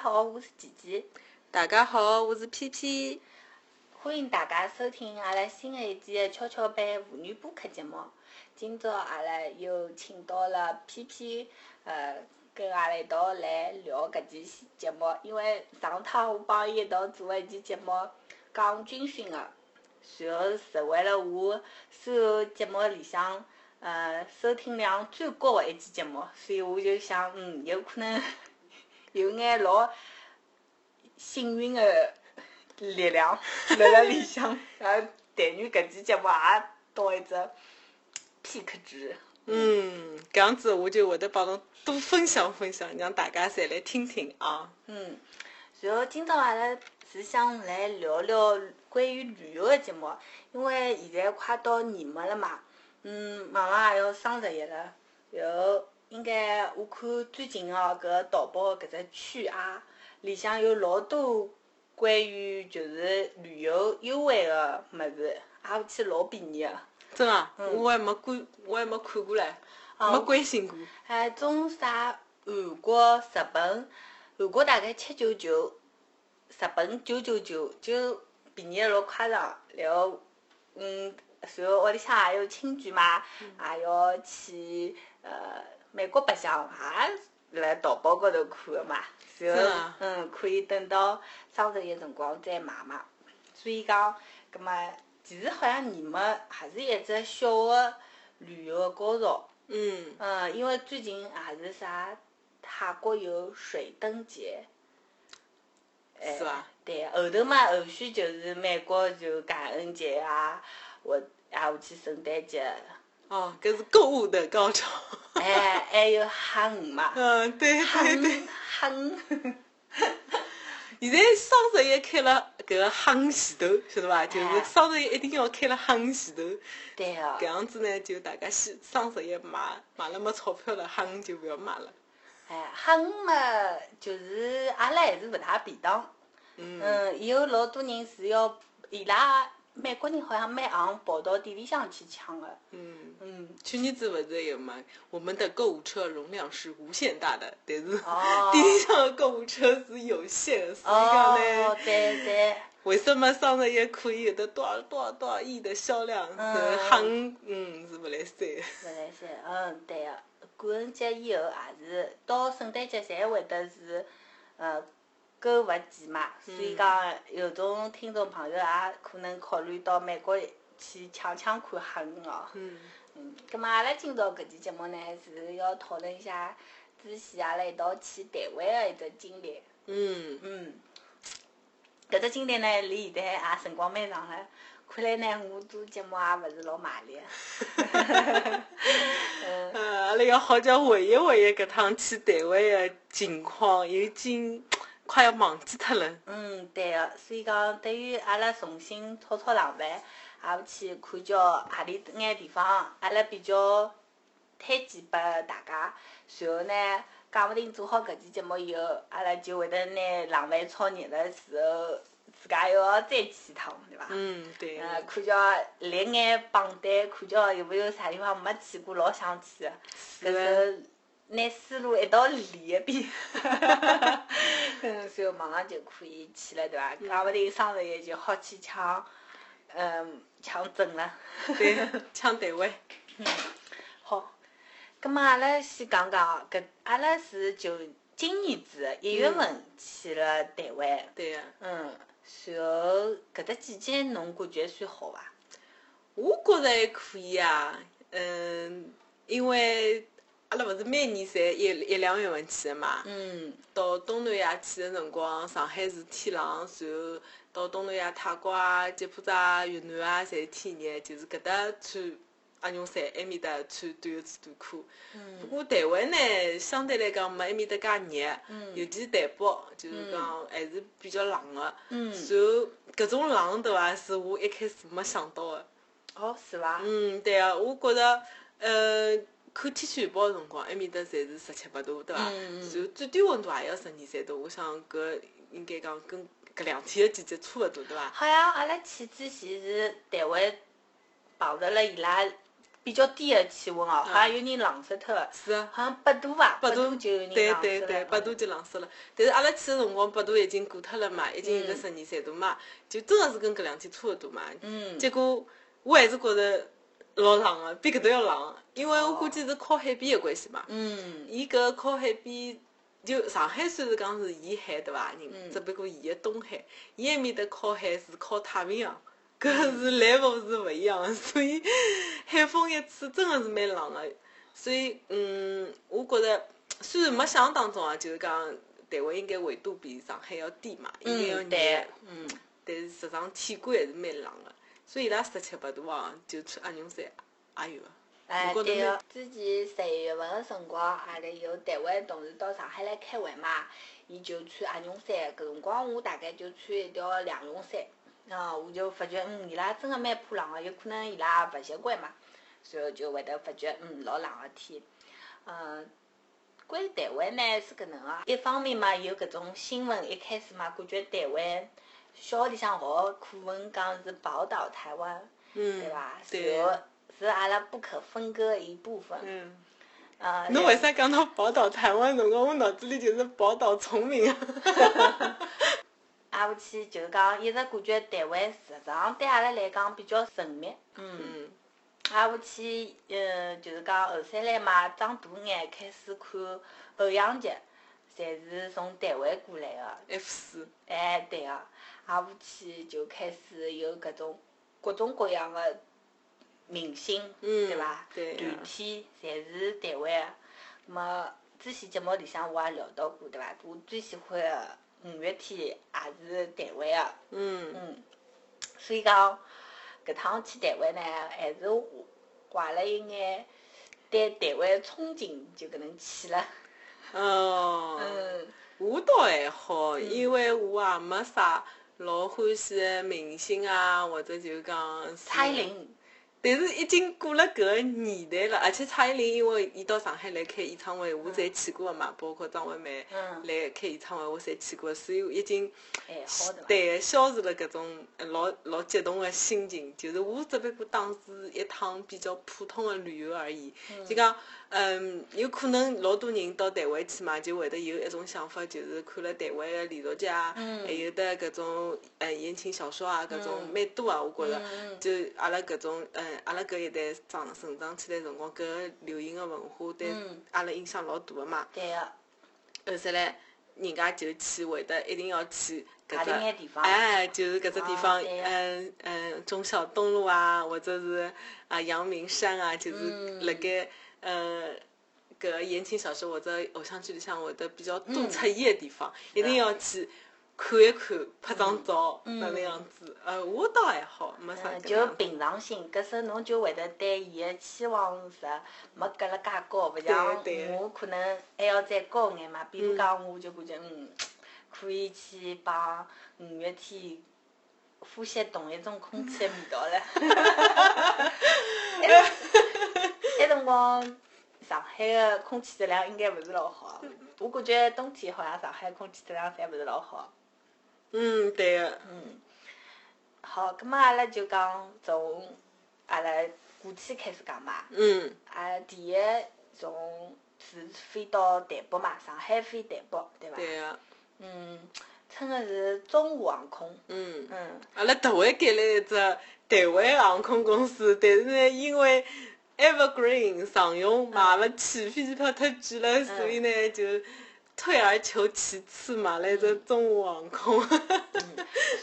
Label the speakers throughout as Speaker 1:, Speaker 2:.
Speaker 1: 好，我是姐姐，
Speaker 2: 大家好，我是 P P。
Speaker 1: 欢迎大家收听阿拉新的一期的跷跷板妇女播客节目。今朝阿拉又请到了 P P，呃，跟阿拉一道来聊搿期节目。因为上趟我帮伊一道做了一期节目，讲军训个、然后成为了我所有节目里向呃收听量最高的一期节目，所以我就想，嗯，有可能有眼老幸运的力量辣辣里向，然后但愿搿期节目也到一只 peak 值。
Speaker 2: 嗯，搿样子我就会得帮侬多分享分享，让大家侪来听听啊。
Speaker 1: 嗯，然后今朝阿拉是想来聊聊关于旅游的节目，因为现在快到年末了嘛，嗯，马上也要双十一了，然后应该我看最近哦，搿淘宝搿只区啊，里向有老多关于就是旅游优惠的物事，挨下去老便宜的。
Speaker 2: 真啊，我还没关，我还没看过嘞，
Speaker 1: 啊
Speaker 2: 没关心过。
Speaker 1: 还种啥韩国、日本，韩国大概七九九，日本九九九，就便宜得老夸张。然后，嗯，然后屋里向也有亲眷嘛，
Speaker 2: 嗯
Speaker 1: 也啊要去呃美国白相，也辣淘宝高头看个嘛。然
Speaker 2: 是
Speaker 1: 后
Speaker 2: 啊，
Speaker 1: 嗯，可以等到双十一辰光再买嘛。所以讲，葛么其实好像年末还是一只小个旅游个高潮。
Speaker 2: 嗯，
Speaker 1: 嗯，因为最近也是啥，泰国有水灯节，哎
Speaker 2: 是伐？
Speaker 1: 对，后头嘛，后续就是美国就感恩节啊，我啊，我去圣诞节，
Speaker 2: 哦，搿是购物的高潮。
Speaker 1: 哎，还有哈五嘛，
Speaker 2: 嗯，对
Speaker 1: 哈
Speaker 2: 对对。
Speaker 1: 五哈五，
Speaker 2: 现在双十一开了搿个黑五前头，晓得伐？就是
Speaker 1: 哎
Speaker 2: 双十一一定要开了黑五前头，
Speaker 1: 对哦
Speaker 2: 搿，样子呢，就大家先双十一买买了没钞票了，黑五就勿要买了。
Speaker 1: 哎，哈五嘛，就是阿拉还是勿大便当，
Speaker 2: 嗯，
Speaker 1: 嗯，有老多人是要伊拉美国人好像蛮行跑到店里向去抢的，
Speaker 2: 嗯，
Speaker 1: 嗯。
Speaker 2: 去年子勿是有嘛？我们的购物车容量是无限大的，但是
Speaker 1: 哦
Speaker 2: 第一项购物车是有限的，所以讲
Speaker 1: 哦
Speaker 2: 呢，，
Speaker 1: 对对，
Speaker 2: 为什么双十一可以有得多少多少多少亿的销量？
Speaker 1: 嗯
Speaker 2: 是黑五嗯是勿来三。
Speaker 1: 勿来三，嗯，对个。感恩节以后也是到圣诞节，侪会得是呃购物季嘛，所以讲有种听众朋友也可能考虑到美国去抢抢看黑五哦。
Speaker 2: 嗯，
Speaker 1: 嗯，咁么阿拉今朝搿期节目呢，是要讨论一下之前阿拉一道去台湾的一只经历。
Speaker 2: 嗯，
Speaker 1: 嗯，搿只经历呢，离现在也辰光蛮长了。看来呢，我做节目也勿是老啊卖 力。嗯，
Speaker 2: 呃，阿拉要好叫回忆回忆搿趟去台湾的情况，已经快要忘记脱了。
Speaker 1: 嗯，对个、所以讲，对于阿拉重新炒炒冷饭，也勿去看叫何里眼地方，阿拉比较推荐拨大家。随后呢，讲勿定做好搿期节目以后，阿拉就会得拿冷饭炒热了时候，自家又要再去一趟，对伐？
Speaker 2: 嗯， 对。
Speaker 1: 呃，看叫列眼榜单，看叫有没有啥地方没去过，老想去的。搿时候拿思路一道理一 遍，嗯，所以马上就可以去了，对伐？讲勿定双十一就好去抢，嗯，抢证了。
Speaker 2: 对，抢台湾。
Speaker 1: 好，葛末阿拉先讲讲搿，阿拉是就今年子一月份去了台湾，
Speaker 2: 对啊呀、
Speaker 1: 嗯，然后搿只季节侬感觉算好伐？
Speaker 2: 我觉着还可以啊。嗯，因为阿拉勿是每年侪一一两月份去的嘛。
Speaker 1: 嗯。
Speaker 2: 到东南亚去的辰光，上海是天冷，然后到东南亚泰国啊、柬埔寨啊、越南啊，侪天热，就是搿搭穿阿绒衫，埃面搭穿短袖子短裤。
Speaker 1: 嗯
Speaker 2: 不过台湾呢，相对来讲没埃面搭介热，
Speaker 1: 嗯
Speaker 2: 尤其台北，就是讲还是比较冷的。
Speaker 1: 嗯
Speaker 2: 然后搿种冷对伐，是我一开始没想到的。
Speaker 1: 哦，是伐？
Speaker 2: 嗯，对啊，我觉着，呃，看天气预报的辰光，埃面搭侪是十七八度，对伐？
Speaker 1: 嗯嗯
Speaker 2: 然后最低温度也要十二三度，我想搿应该讲跟搿两天的季节差勿多，对伐？
Speaker 1: 好像阿拉去之前是台湾碰着了伊拉比较低个气温哦，好像有人冷死脱个，
Speaker 2: 是啊。
Speaker 1: 好像八度伐？
Speaker 2: 八
Speaker 1: 度
Speaker 2: 嗯度
Speaker 1: 就有人
Speaker 2: 对
Speaker 1: 冷
Speaker 2: 对
Speaker 1: 死
Speaker 2: 对，
Speaker 1: 了
Speaker 2: 八度就冷死了。但是阿拉去个辰光，八度已经过脱了嘛，已经有个十二三度嘛，就真个是跟搿两天差勿多嘛。
Speaker 1: 嗯
Speaker 2: 结果我还是觉着老冷个，比搿搭要冷，因为
Speaker 1: 哦
Speaker 2: 我估计是靠海边个关系嘛。
Speaker 1: 嗯
Speaker 2: 伊搿靠海边，就上海虽然讲是沿海对伐？人
Speaker 1: 嗯
Speaker 2: 只不过伊个东海，伊埃面搭靠海是靠太平
Speaker 1: 嗯
Speaker 2: 洋，搿是 level 是勿一样的， 所以海风一吹真个是蛮冷个。所以嗯，我觉着虽然没想象当中啊，就是讲台湾应该纬度比上海要低嘛，应该
Speaker 1: 嗯，
Speaker 2: 要热
Speaker 1: 对，，嗯，
Speaker 2: 但是实际上体感还是蛮冷个。所以伊拉十七八度啊，就穿鸭绒衫也有啊。
Speaker 1: 哎，
Speaker 2: 我觉
Speaker 1: 对
Speaker 2: 着蛮
Speaker 1: 个，之前十一月份个辰光，阿拉有台湾同事到上海来开会嘛，伊就穿鸭绒衫，搿辰光我大概就穿一条两绒衫，啊，我就发觉，嗯，伊拉真个蛮怕冷个，有可能伊拉勿习惯嘛，然后就会得发觉，嗯，老冷个天，嗯。关于台湾呢是搿能个、一方面嘛有搿种新闻，一开始嘛感觉台湾小学里向学课文讲是宝岛台湾，
Speaker 2: 嗯，
Speaker 1: 对伐？
Speaker 2: 对
Speaker 1: 然后是阿拉不可分割的一部分。
Speaker 2: 嗯。
Speaker 1: 呃，
Speaker 2: 侬
Speaker 1: 然
Speaker 2: 为啥讲到宝岛台湾辰光，我脑子里就是宝岛崇明啊？
Speaker 1: 挨下去就是讲，一直感觉台湾市场对阿拉来讲比较神秘。嗯。
Speaker 2: 嗯，
Speaker 1: 挨下去，呃，就是讲后三来嘛，长大眼开始看欧阳杰，侪是从台湾过来的。
Speaker 2: f 四，
Speaker 1: 哎，对个、挨下去就开始有各种各种各样的明星，
Speaker 2: 嗯
Speaker 1: 对伐？
Speaker 2: 对
Speaker 1: 团
Speaker 2: 啊
Speaker 1: 体侪是台湾个。那么之前节目里向我也聊到过，对伐？我最喜欢个五月天也是台湾个，
Speaker 2: 嗯，
Speaker 1: 嗯，所以讲搿趟去台湾呢，还是怀了一眼对台湾的憧憬，就搿能去了。
Speaker 2: 哦，
Speaker 1: 嗯
Speaker 2: 我倒还好，因为我也没啥老欢喜的明星啊，或者就讲是
Speaker 1: 蔡依，林，
Speaker 2: 但是已经过了搿个年代了，而且蔡依林因为伊到上海来开演唱会，我侪去过的嘛，包括张惠妹
Speaker 1: 嗯
Speaker 2: 来开演唱会，我侪去过，所以已经。
Speaker 1: 还哎好对伐？
Speaker 2: 对，消除了搿种呃老老激动的心情，就是我只不过当时一趟比较普通的旅游而已。就讲，嗯，有可能老多人到台湾去嘛，就会得有一种想法，就是看了台湾的连续剧啊，
Speaker 1: 嗯
Speaker 2: 还有的搿种呃言情小说啊，搿种
Speaker 1: 嗯
Speaker 2: 蛮多啊，我觉着。
Speaker 1: 嗯嗯
Speaker 2: 就阿拉搿种，嗯，阿拉搿一代长成长起来的辰光，搿个流行的文化对
Speaker 1: 嗯
Speaker 2: 阿拉影响老大的嘛。
Speaker 1: 对个、
Speaker 2: 后头来，人家就去会得一定要去
Speaker 1: 搿
Speaker 2: 搿
Speaker 1: 搭
Speaker 2: 只
Speaker 1: 眼地方
Speaker 2: 哎，就是搿只地
Speaker 1: 啊
Speaker 2: 方，
Speaker 1: 对呀
Speaker 2: 嗯嗯，忠孝东路啊，或者是啊阳明山啊，就是
Speaker 1: 嗯
Speaker 2: 辣盖呃搿个言情小说或者偶像剧里向会得比较多出现的地方，一定要去看一看，拍张照，
Speaker 1: 嗯
Speaker 2: 哪能样子？呃，我倒还好，没啥
Speaker 1: 嗯，
Speaker 2: 搿
Speaker 1: 就
Speaker 2: 样子。
Speaker 1: 平常心，搿时候侬就会得对伊个期望值没搿了介高，勿像
Speaker 2: 对对
Speaker 1: 我可能还要再高眼嘛。比如讲，我就感觉嗯，可以去帮五月天呼吸同一种空气的味道了。 埃辰光上海个空气质量应该勿是老好，我感觉冬天好像上海空气质量侪勿是老好。
Speaker 2: 嗯，对个，
Speaker 1: 好，葛末阿拉就讲从阿拉过去开始讲嘛。
Speaker 2: 嗯
Speaker 1: 啊，第一从是飞到台北嘛，上海飞台北，对伐？
Speaker 2: 对个，
Speaker 1: 嗯，乘的是中华航空。
Speaker 2: 嗯。
Speaker 1: 嗯，
Speaker 2: 阿拉特会改了一只台湾航空公司，但是呢，因为 Evergreen 常用买勿起，飞机票太贵了，所以呢就退而求其次买
Speaker 1: 嗯
Speaker 2: 了一只中华航空。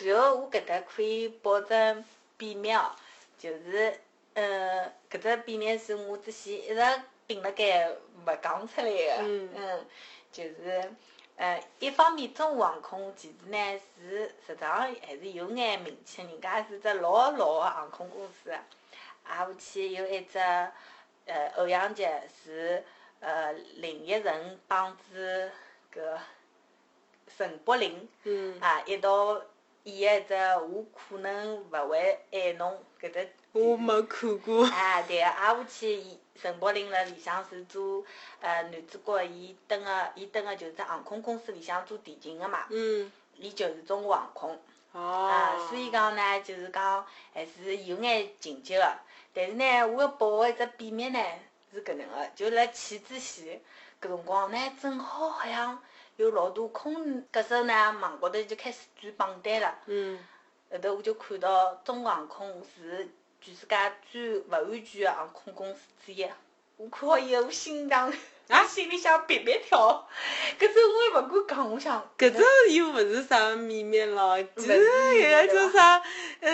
Speaker 1: 然后我搿搭可以保证便秘哦，就是呃，搿只便秘是我之前一直并辣盖勿讲出来个。
Speaker 2: 嗯
Speaker 1: 嗯，就是。呃，一方面，中华航空其实呢是实际上还是有眼名气，人家是只老老个航空公司。啊，下去有一只呃欧阳杰是呃林依晨帮子搿陈柏霖
Speaker 2: 嗯，
Speaker 1: 啊一道演一只我可能勿会爱侬搿只
Speaker 2: 我没看过。
Speaker 1: 啊，对个，挨下去，伊陈柏霖辣里向是做呃男主角，伊蹲个伊蹲个就是航空公司里向做地勤个嘛，
Speaker 2: 嗯
Speaker 1: 伊就是中华航空。啊
Speaker 2: 哦，，
Speaker 1: 所以讲呢，就是讲还是有眼情节个。但是呢，我要把握一只秘密呢，是搿能个，就辣去之前搿辰光呢，正好好像有老多空，搿时候呢，网高头就开始转榜单了。
Speaker 2: 嗯
Speaker 1: 后头我就看到中航空是全世界最勿安全个航空公司之一。啊我看好以后，我心脏啊，心里想别别跳。搿时候我也勿敢讲，我想
Speaker 2: 搿种又勿是啥秘密咯，
Speaker 1: 勿
Speaker 2: 其
Speaker 1: 是秘
Speaker 2: 实
Speaker 1: 密
Speaker 2: 也就啥，呃，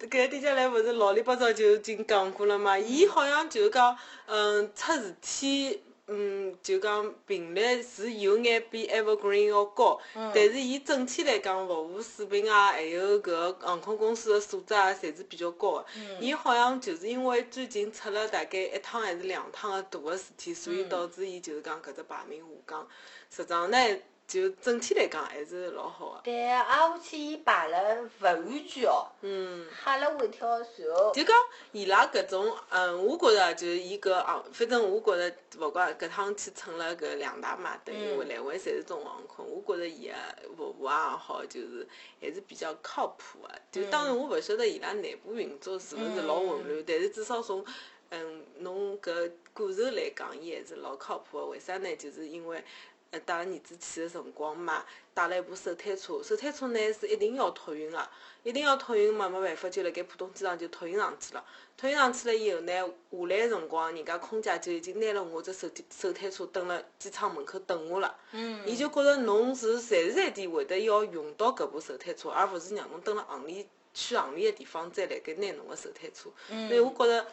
Speaker 2: 搿个底下来勿是老里八早就已经讲过了嘛，伊好像就讲，嗯，出事体。嗯，就讲频率是有眼比 Evergreen 要高，
Speaker 1: 嗯
Speaker 2: 但是伊整体来讲服务水平啊，还有搿个航空公司的素质啊，侪是比较高的。
Speaker 1: 嗯
Speaker 2: 伊好像就是因为最近出了大概一趟还是两趟的大个事体，所以导致伊就是讲搿只排名下降。实际上呢，就整体来讲还是老好个、
Speaker 1: 对啊，挨下去伊排了勿安全哦，
Speaker 2: 嗯，
Speaker 1: 吓了我一跳。随后，
Speaker 2: 就讲伊拉搿种，嗯，我觉着就是伊搿啊，反正我觉着勿管搿趟去乘了搿两大嘛，等于来回侪是中航空，我觉着伊个服务也好，就是还是比较靠谱个、就当然我勿晓得伊拉内部运作是勿是老混乱，但是至少从嗯，侬搿感受来讲，伊还是老靠谱个。为啥呢？就是因为呃，带儿子去个辰光嘛，带了一部手推车，手推车呢是一定要托运个，一定要托运嘛，没办法就辣盖浦东机场就托运上去了。托运上去了以后呢，下来个辰光，人家空姐就已经拿了我只手提手推车蹲辣机场门口等我了。
Speaker 1: 嗯，
Speaker 2: 伊就觉着侬是随时随地会得要用到搿部手推车，而勿是让侬蹲辣行里去行里个地方再辣盖拿侬个手推车。
Speaker 1: 嗯
Speaker 2: 所以我觉着，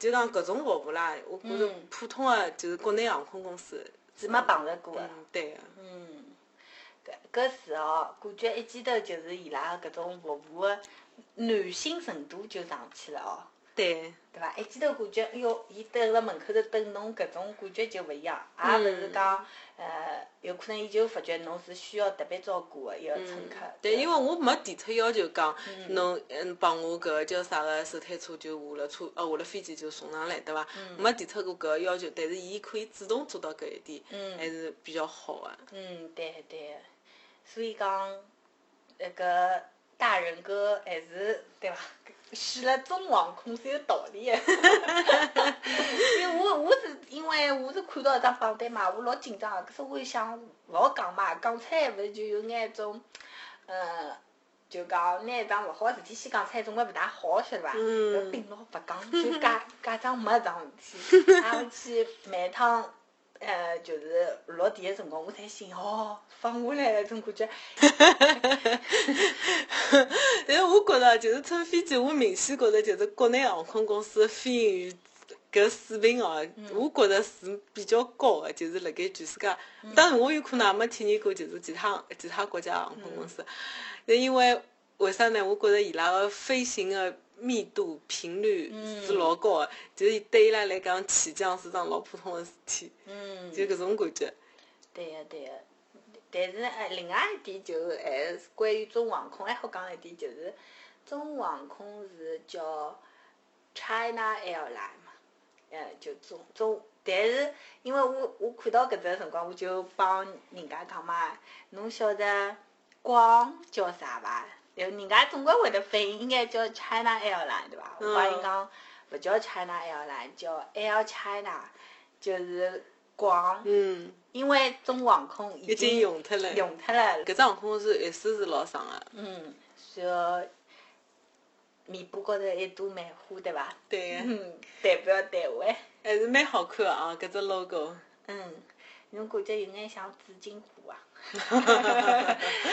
Speaker 2: 就讲搿种服务啦，我觉着
Speaker 1: 嗯
Speaker 2: 普通个就是国内航空公司
Speaker 1: 是没碰着过的。
Speaker 2: 嗯，对个、
Speaker 1: 嗯，搿搿是哦，感觉一记头就是伊拉搿种服务个暖心程度就上去了哦，
Speaker 2: 对，
Speaker 1: 对伐？一记头感觉，哎哟，伊蹲辣门口头等侬，搿种感觉就勿一样，也勿是讲
Speaker 2: 嗯
Speaker 1: 呃，有可能伊就发觉侬是需要特别照顾个一个乘客。
Speaker 2: 嗯对，
Speaker 1: 吧
Speaker 2: 因为我没提出要求讲，侬嗯帮我搿个叫啥个手推车就下了车，呃下了飞机就送上来，对伐？
Speaker 1: 嗯
Speaker 2: 没提出过搿个要求，但是伊可以主动做到搿一点，
Speaker 1: 嗯
Speaker 2: 还是比较好个、
Speaker 1: 嗯，对对，所以讲，那个大人哥还是对伐？选了中航空是有道理 的，因为我我是因为我是看到一张榜单嘛，我老紧张啊的，可是我一想勿好讲嘛，讲出来勿是就有眼种，呃，就讲拿一桩勿好的事体先讲出来，总归勿大好，晓得伐？
Speaker 2: 嗯
Speaker 1: 要顶牢勿讲，就假假装没桩事体，挨下去每趟呃，就是落地的辰光，我才信哦，放下来了，总感觉，
Speaker 2: 但是我觉着就是乘飞机，我明显觉着就是国内航空公司的飞行员搿水平哦，
Speaker 1: 嗯
Speaker 2: 我觉着是比较高的，就是辣盖全世界。
Speaker 1: 嗯
Speaker 2: 当然，我有可能也没体验过，就是其他其他国家的航空公司。
Speaker 1: 嗯
Speaker 2: 那因为为啥呢？我觉着伊拉个飞行的密度、频率是老高
Speaker 1: 嗯
Speaker 2: 的，就是对伊拉来讲起降是桩老普通的事体，
Speaker 1: 嗯，
Speaker 2: 就搿种感觉。
Speaker 1: 对个、对个、但是呃，另外一点就还是关于中航空，还好讲一点就是，中航空是叫 China Airline 嘛，呃，就中中，但是因为我我看到搿只辰光，我就帮人家讲嘛，侬晓得光叫啥伐？然后人家总归会得翻译，应该叫 China Airline 对伐？我帮伊
Speaker 2: 嗯
Speaker 1: 讲，勿叫 China Airline，叫 Air China，就是广。
Speaker 2: 嗯，
Speaker 1: 因为中航空已
Speaker 2: 已经
Speaker 1: 经
Speaker 2: 用脱了。
Speaker 1: 用脱了，
Speaker 2: 搿只航空公司历史是老长的，
Speaker 1: 嗯，然后面部高头一朵梅花，对伐？
Speaker 2: 对个。
Speaker 1: 嗯，代表台湾，
Speaker 2: 还是哎蛮好看的啊，搿只 logo。
Speaker 1: 嗯，侬感觉有眼像紫荆花啊。但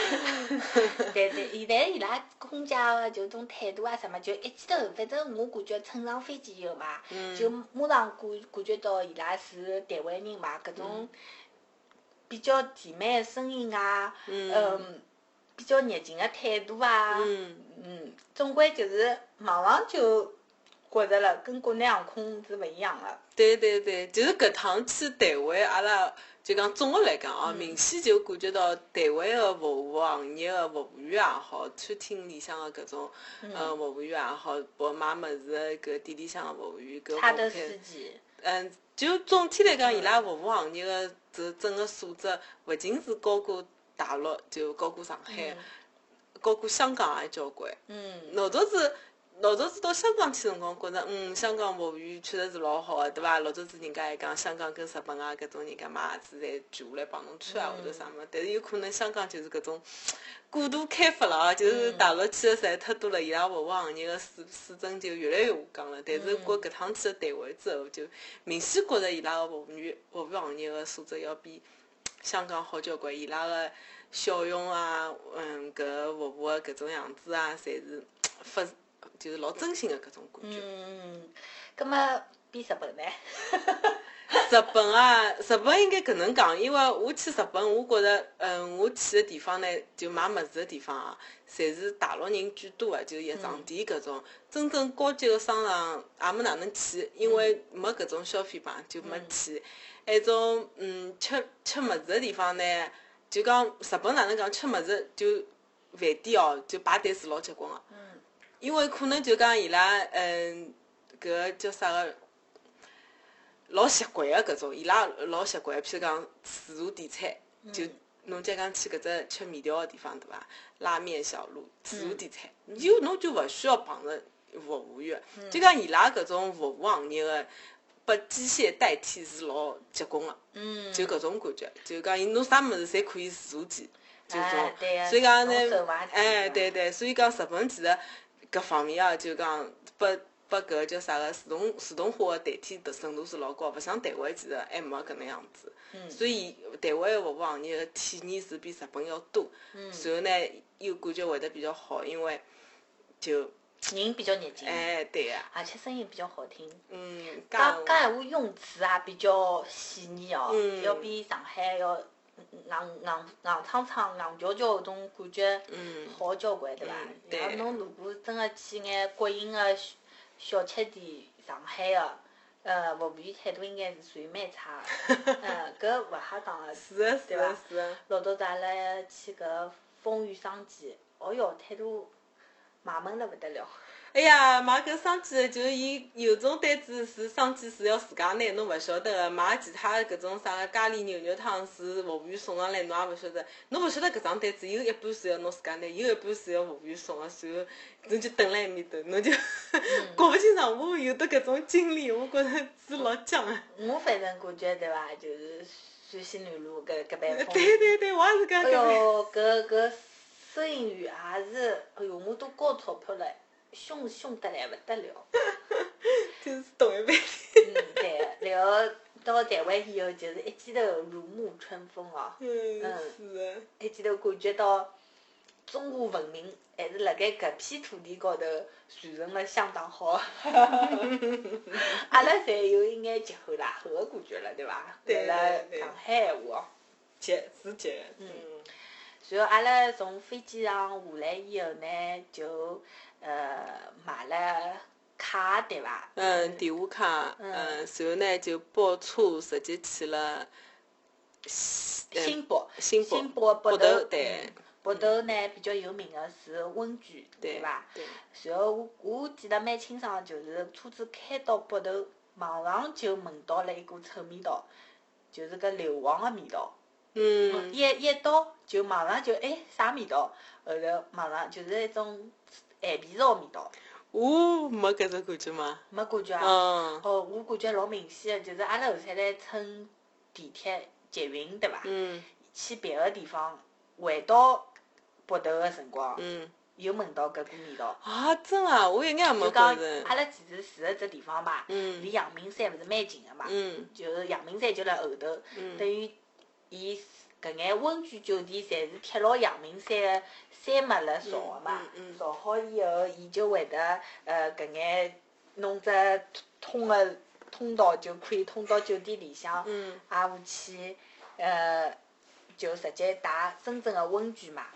Speaker 1: 是现在伊拉空姐个就种态度啊什么，就一记头，反正我感觉乘上飞机以后嘛，
Speaker 2: 嗯
Speaker 1: 就马上感感觉到伊拉是台湾人嘛，搿种比较甜美的声音啊，嗯，比较热情的态度啊，
Speaker 2: 嗯，
Speaker 1: 嗯，总归就是马上就觉着了，跟国内航空是勿一样的。
Speaker 2: 对对对，就是搿趟去台湾，阿拉就讲总的来讲啊，明显就感觉到台湾的服务行业的服务员也好，餐厅里向的搿种呃服务员也好，包括买物事的搿店里向的服务员，搿
Speaker 1: 差
Speaker 2: 服务
Speaker 1: 头
Speaker 2: 态
Speaker 1: 司机，
Speaker 2: 嗯，就总体来讲，伊拉服务行业的这整个素质，勿仅是高过大陆，就高过上海。高过香港也交关。
Speaker 1: 嗯，
Speaker 2: 老早子，老早子到香港去辰光，觉着嗯，香港服务员确实是老好个，对伐？老早子人家还讲，香港跟日本啊搿种人家买鞋子侪全部来帮侬穿啊，或者啥物事。但是有可能香港就是搿种过度开发了啊，就是大陆去的实在太多了，伊拉服务行业个水水准就越来越下降了。但是过搿趟去个台湾之后，就明显觉着伊拉个服务员服务行业个素质要比香港好交关，伊拉个效用啊，嗯，搿服务个搿种样子啊，侪是发，就是老真心个搿种感觉。
Speaker 1: 嗯，葛么比日本呢？
Speaker 2: 日本啊，日本应该搿能讲，因为我去日本，我觉着，嗯，我去个地方呢，就买物事个地方啊，侪是大陆人居多个，就是药妆店搿种，真正高级个商场也没哪能去，因为没搿种消费嘛，就没去。埃种嗯吃吃物事个地方呢，就讲日本哪能讲吃物事就饭店哦，就排队是老结棍个。啊
Speaker 1: 嗯
Speaker 2: 因为可能就讲伊拉嗯搿个叫啥个老习惯个搿种，伊拉老习惯，譬如讲自助点餐，就侬假讲去搿只吃面条个地方对伐？拉面小路自助点餐，有侬就勿需要碰着服务员，就讲伊拉搿种服务行业个。被机械代替是老结棍个，
Speaker 1: 嗯，
Speaker 2: 就搿种感觉，就讲伊侬啥物事侪可以自助点，就搿种
Speaker 1: 哎对啊
Speaker 2: 所以讲呢
Speaker 1: 侬手滑，啊
Speaker 2: 哎，
Speaker 1: 点
Speaker 2: 对对，所以讲日本其实搿方面啊，就讲拨拨搿个叫啥个自动自动化个代替的程度是老高，勿像台湾其实还没搿能样子。
Speaker 1: 嗯
Speaker 2: 所以台湾个服务行业个体验是比日本要多，
Speaker 1: 嗯，
Speaker 2: 然后呢又感觉会得比较好，因为就
Speaker 1: 人比较热情，
Speaker 2: 哎对个、啊，
Speaker 1: 而且声音比较好听。
Speaker 2: 嗯，
Speaker 1: 讲
Speaker 2: 讲
Speaker 1: 讲闲话用词也比较细腻哦，
Speaker 2: 嗯
Speaker 1: 要比上海要硬硬硬苍苍、硬翘翘搿种感觉
Speaker 2: 嗯
Speaker 1: 好交关，对伐
Speaker 2: 嗯？对
Speaker 1: 然后侬如果真个去眼国营个小小吃店，上海个，呃，服务员态度应该是属于蛮差 个，嗯，搿勿瞎讲个。
Speaker 2: 是个是
Speaker 1: 对
Speaker 2: 个
Speaker 1: 吧
Speaker 2: 是个，
Speaker 1: 老早子阿拉去搿风雨商记，哦哟，态度卖萌了勿得了。
Speaker 2: 哎呀，买搿生机就是伊有种单子是生机是要自家拿，侬勿晓得个。买其他搿种啥个咖喱牛肉汤是服务员送上来，侬也勿晓得。侬勿晓得搿张单子有一半是要侬自家拿，有一半是要服务员送个，然后侬就蹲辣埃面头，侬就 搞勿清爽。我有得搿种经历，我觉着是老啊僵个。
Speaker 1: 我反正感觉对伐，就是陕西南路搿搿爿风
Speaker 2: 对对对，我也是搿
Speaker 1: 哎
Speaker 2: 样
Speaker 1: 哟，搿搿收银员也是，哎哟，我都交钞票了，凶凶得来勿得了。
Speaker 2: 就是懂一辈。
Speaker 1: 嗯，对，然后到台湾以后，就是一记头如沐春风哦，
Speaker 2: 嗯，是的。
Speaker 1: 一记头感觉到中华文明还是辣盖搿片土地高头传承了相当好。阿拉侪有一眼急吼啦吼个感觉了，对伐？
Speaker 2: 对
Speaker 1: 辣辣
Speaker 2: 对对
Speaker 1: 上海闲话哦。
Speaker 2: 结是结。嗯。
Speaker 1: 然后阿拉从飞机上下来以后呢，就呃买了卡对伐？
Speaker 2: 嗯，电话卡，
Speaker 1: 嗯
Speaker 2: 嗯，然后呢就包车直接去了嗯
Speaker 1: 新北，
Speaker 2: 新北
Speaker 1: 新北北
Speaker 2: 北
Speaker 1: 头
Speaker 2: 头，对
Speaker 1: 嗯，北头呢比较有名的是温泉对伐？
Speaker 2: 对，
Speaker 1: 然后我我记得蛮清爽，就是车子开到北头，马上就闻到了一股臭味道，就是搿硫磺的味道。
Speaker 2: 嗯，
Speaker 1: 一一到就马上就哎啥味道？后头马上就是一种咸皮烧味道，
Speaker 2: 哦，没搿种感觉吗？
Speaker 1: 没感觉啊。
Speaker 2: 嗯
Speaker 1: 哦，我感觉老明显的，就是阿拉后头来乘地铁、捷运，对伐？
Speaker 2: 嗯
Speaker 1: 去别个地方，回到北头个辰光，
Speaker 2: 嗯，
Speaker 1: 又闻到搿股味道。
Speaker 2: 啊，真啊，我一眼也没
Speaker 1: 就
Speaker 2: 觉
Speaker 1: 讲
Speaker 2: 着，
Speaker 1: 阿拉其实住个只地方嘛，
Speaker 2: 嗯
Speaker 1: 离阳明山勿是蛮近个嘛，
Speaker 2: 嗯
Speaker 1: 就是阳明山就辣后头，等
Speaker 2: 嗯
Speaker 1: 于伊搿眼温泉酒店侪是贴牢阳明山个山脉辣造个嘛
Speaker 2: 嗯嗯嗯，
Speaker 1: 造好以后，伊就会得呃搿眼弄只通个通道就可以通到酒店里向，
Speaker 2: 嗯，
Speaker 1: 挨下去呃就直接打真正个温泉嘛，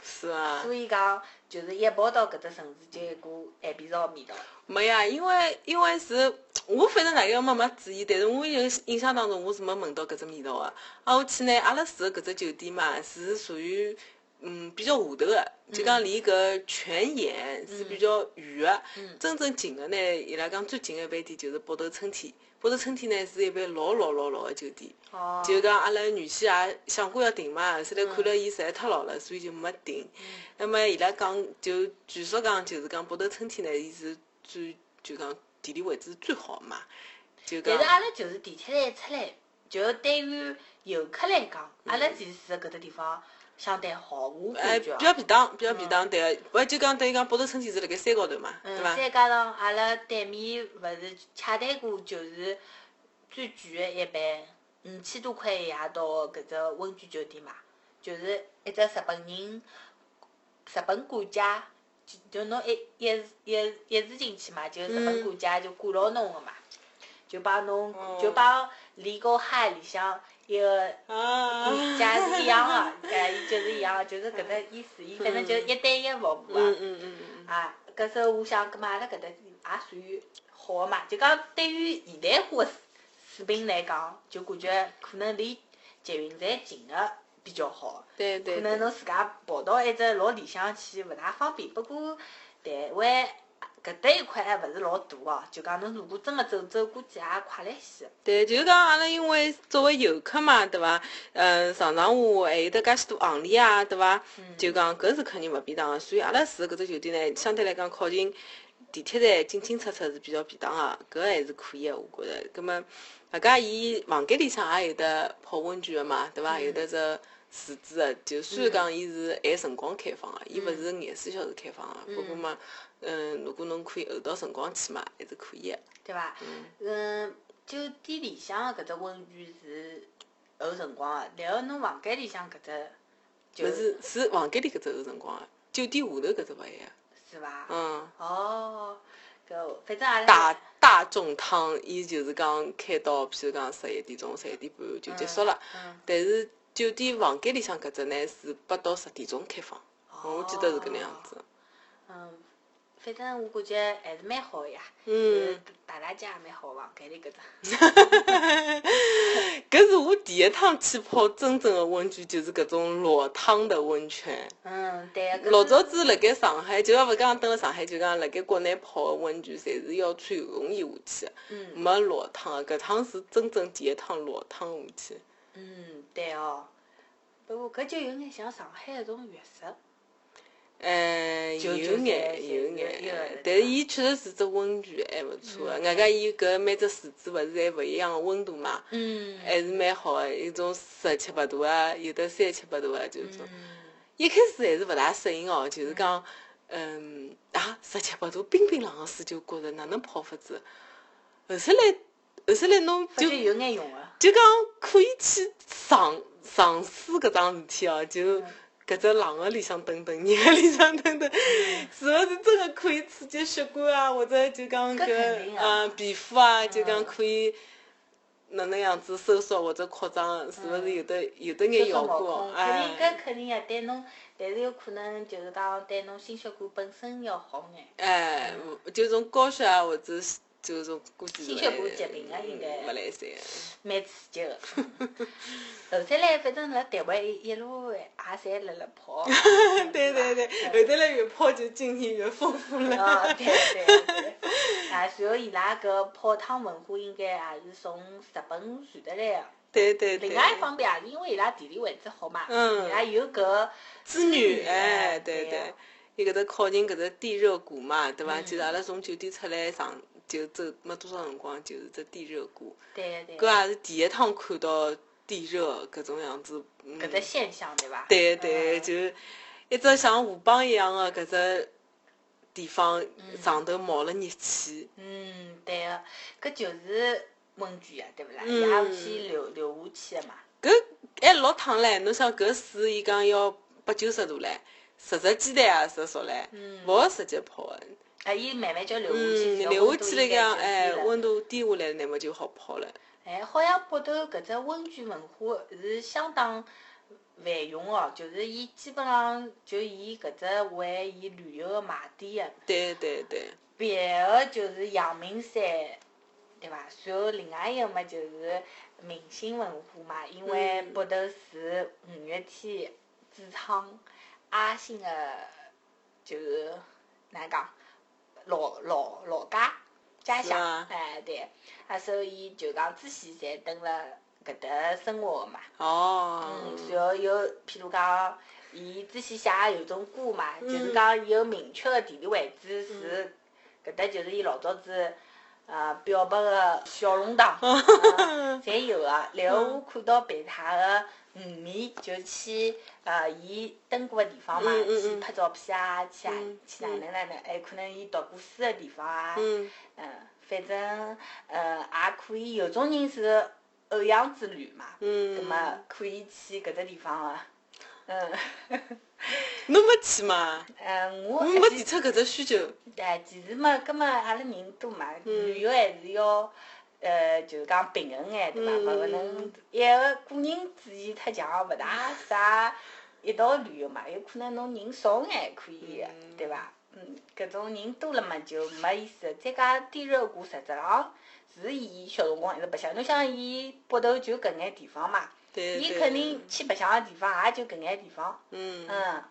Speaker 2: 是啊
Speaker 1: 所，以讲就是一跑到搿只城市就有一股咸皮烧味道。
Speaker 2: 没呀，因为因为是。我反正大概没没注意，但是我有印象当中我是没闻到搿只味道个。啊，我去呢，阿拉住个搿只酒店嘛，是属于嗯，比较下头个，就讲离搿泉眼是比较远个。真正近个呢，伊拉讲最近个一爿店就是北头春天。北头春天呢是一爿老老老老个酒店，
Speaker 1: 哦，
Speaker 2: 就讲阿拉原先也想过要订嘛，后头
Speaker 1: 嗯
Speaker 2: 来看了伊实在太老了，所以就没订。那么伊拉讲，就据说讲就是讲北头春天呢，伊是最就讲地理位置最好嘛，就
Speaker 1: 但
Speaker 2: 讲
Speaker 1: 是阿拉就是地铁站出来，就对于游客来讲，阿拉其实是搿只地方相对好，我感
Speaker 2: 哎比
Speaker 1: 觉啊。
Speaker 2: 较便当，比较便当，对个。我就讲等于讲北头春天是辣盖山高头嘛，对
Speaker 1: 嗯，
Speaker 2: 伐？
Speaker 1: 再加上阿拉对面勿是洽谈过，就是最贵的一嗯班五千多块一夜到的搿只温泉酒店嘛，就是一只日本人，日本管家，就就侬一一一一住进去嘛，就
Speaker 2: 嗯
Speaker 1: 日本管家就管牢侬个嘛，就帮侬
Speaker 2: 哦
Speaker 1: 就帮李高海里向一个。
Speaker 2: 啊，
Speaker 1: 管家是一样 的，哎，伊就是一样的，就是搿只意思，伊反正就是一对一服务啊。
Speaker 2: 嗯嗯嗯嗯，
Speaker 1: 啊，搿时候我想，葛末阿拉搿搭也属于好个嘛，就讲对于现代化的水平来讲，就感觉可能离捷运站近个比较好。
Speaker 2: 对
Speaker 1: 可
Speaker 2: 对。
Speaker 1: 能侬自家跑到一只老里向去勿大方便，不过台湾搿搭一块还勿是老大哦，就讲侬如果真个走走，估计也快来些。
Speaker 2: 对，就是讲阿拉因为作为游客嘛，对伐？嗯，上上下下还有得介许多行钿啊，对伐？就讲搿是肯定勿便当个，所以阿拉住搿只酒店呢，相对来讲靠近地铁站，进进出出是比较便当个，搿还是可以个，我觉着。葛末，外加伊房间里向也有得泡温泉个嘛，对伐？有得只池子个，就虽然讲伊是按辰光开放个，伊勿是廿四小时开放个，不过嘛，嗯，如果侬可以候到辰光去嘛，还是可以个。
Speaker 1: 对伐？嗯，酒店里向的搿只温泉是有辰光个，然后侬房间里向搿只就
Speaker 2: 勿是是房间里搿只有辰光个，酒店下头搿只啊勿一样。
Speaker 1: 是伐？
Speaker 2: 嗯，
Speaker 1: 哦，搿反正阿拉
Speaker 2: 大大众汤伊就是讲开到，譬如讲十一点钟、十一点半就结束了。
Speaker 1: 嗯
Speaker 2: 但是酒店房间里向搿只呢是八到十点钟开放，
Speaker 1: 哦
Speaker 2: 我记得是搿能样子。
Speaker 1: 嗯，反正我感觉还是蛮哎好个呀。
Speaker 2: 嗯，
Speaker 1: 大大家也蛮好房间里搿只。
Speaker 2: 搿是我第一趟去泡真正的温泉，就是搿种落汤的温泉。
Speaker 1: 嗯，对个。搿
Speaker 2: 老
Speaker 1: 是
Speaker 2: 早子辣盖上海，就要勿讲蹲辣上海，就讲辣盖国内泡个温泉，侪是要穿泳衣下去啊
Speaker 1: 嗯
Speaker 2: 个，没裸汤个。搿趟是真正第一趟裸汤下去。
Speaker 1: 嗯，对哦。不过搿就有眼像上海搿种浴室。
Speaker 2: 嗯，
Speaker 1: 就
Speaker 2: 有
Speaker 1: 就
Speaker 2: 眼
Speaker 1: 是
Speaker 2: 有
Speaker 1: 是有
Speaker 2: 眼
Speaker 1: 的，
Speaker 2: 但是伊确实是只温泉还勿错
Speaker 1: 嗯
Speaker 2: 个。外加伊搿每只池子勿是侪勿一样个温度嘛，
Speaker 1: 嗯
Speaker 2: 还是蛮好个。有种十七八度啊，有的三七八度啊，就是种。
Speaker 1: 嗯，
Speaker 2: 一开始还是勿大适应哦，就是讲，嗯啊，十七八度冰冰冷个水就觉着哪能泡法子。后头来，后头来侬
Speaker 1: 发
Speaker 2: 就
Speaker 1: 觉有眼用啊个。
Speaker 2: 就讲可以去尝尝试搿桩事体哦，就
Speaker 1: 嗯
Speaker 2: 搿只冷个里向蹲蹲，热个里向 蹲蹲，是勿是真个可以刺激血管啊，或者就讲
Speaker 1: 搿肯
Speaker 2: 搿
Speaker 1: 定
Speaker 2: 啊
Speaker 1: 啊
Speaker 2: 皮肤啊，就讲
Speaker 1: 嗯
Speaker 2: 可以哪能样子收缩或者扩张，是勿是有的有的眼
Speaker 1: 就是
Speaker 2: 效
Speaker 1: 嗯毛
Speaker 2: 果
Speaker 1: 孔？肯定搿
Speaker 2: 哎
Speaker 1: 肯定呀，对侬，但是有可能就是讲对侬心血管本身要好眼。
Speaker 2: 哎，就种高血压或者是就种估计
Speaker 1: 心血管疾病啊应该
Speaker 2: 勿嗯来啊三。
Speaker 1: 蛮刺激个。后头来，反正辣台湾一一路也侪辣辣跑。
Speaker 2: 对对对，后头来越泡就经验越丰 富了。
Speaker 1: 哦，对对对。啊，然后伊拉搿泡汤文化应该也是从日本传得来个。
Speaker 2: 对对对。
Speaker 1: 另外一方面也是因为伊拉地理位置好嘛，
Speaker 2: 嗯
Speaker 1: 伊拉有搿
Speaker 2: 资源，哎，
Speaker 1: 哎
Speaker 2: 对
Speaker 1: 对
Speaker 2: 对
Speaker 1: 呀，嗯
Speaker 2: 伊搿搭靠近搿只地热谷嘛，对伐？其实阿拉从酒店出来上就走没多少辰光，就是只地热谷，
Speaker 1: 对对
Speaker 2: 搿也是第一趟看到地热搿种样子。嗯
Speaker 1: 搿只现象对伐？
Speaker 2: 对对，
Speaker 1: 嗯
Speaker 2: 就是一只像河浜一样的搿只地方，上头冒了热气。
Speaker 1: 嗯，对个，搿就是温泉呀，对勿啦？
Speaker 2: 嗯
Speaker 1: 伊拉有先流流下去个嘛。
Speaker 2: 搿还老烫唻，侬想搿水伊讲要八九十度唻，十只鸡蛋也是熟唻，
Speaker 1: 嗯
Speaker 2: 勿好直接泡个。
Speaker 1: 啊，伊慢慢叫流下去，
Speaker 2: 嗯，
Speaker 1: 然后
Speaker 2: 留
Speaker 1: 温
Speaker 2: 下
Speaker 1: 度
Speaker 2: 去了
Speaker 1: 应该
Speaker 2: 讲，
Speaker 1: 就
Speaker 2: 哎
Speaker 1: 低，了
Speaker 2: 温度低下来了，那么就好泡了。
Speaker 1: 哎，好像北头搿只温泉文化是相当繁荣哦，就是伊基本上就以搿只为伊旅游个卖点啊个，
Speaker 2: 对对对，
Speaker 1: 别个就是阳明山，对伐？然后另外一个嘛就是明星文化嘛，因为北头是五月天主唱阿星个就是哪能讲老老老家家
Speaker 2: 是
Speaker 1: 乡
Speaker 2: 伐，
Speaker 1: 哎对，啊所以就讲之前侪蹲辣搿搭生活个嘛，
Speaker 2: 哦
Speaker 1: 嗯，，然后有譬如讲，伊之前写的有种歌嘛，
Speaker 2: 嗯
Speaker 1: 就是讲伊有明确的地理位置是搿搭就是伊老早子呃表白个小弄堂，
Speaker 2: 哦
Speaker 1: 呃侪有个。然后我看到别他个五迷就去呃伊登过个地方嘛，
Speaker 2: 嗯嗯
Speaker 1: 去
Speaker 2: 嗯
Speaker 1: 拍照片啊，去啊
Speaker 2: 嗯
Speaker 1: 去哪能哪能，还可能伊读过书个地方啊，
Speaker 2: 嗯，
Speaker 1: 嗯，反正呃也可以。有种人是偶像之旅嘛，
Speaker 2: 嗯
Speaker 1: 葛么可以去搿只地方了。嗯，
Speaker 2: 侬没去嘛？
Speaker 1: 嗯，我
Speaker 2: 侬
Speaker 1: 还
Speaker 2: 没
Speaker 1: 是
Speaker 2: 提出搿只需求。
Speaker 1: 哎，其实嘛，葛么阿拉人多嘛，旅游还是要呃，就是讲平衡眼对伐？
Speaker 2: 嗯
Speaker 1: 勿能一个个人主义太强，勿大啥一道旅游嘛，有可能侬人少眼可以的
Speaker 2: 嗯，
Speaker 1: 对伐？嗯，搿种人多了嘛就没意思。再加滇肉谷实质上是伊小辰光一直白相，侬想伊北头就搿眼地方嘛，
Speaker 2: 对
Speaker 1: 伊
Speaker 2: 对
Speaker 1: 肯定去白相个地方也就搿眼地方。
Speaker 2: 嗯
Speaker 1: 嗯，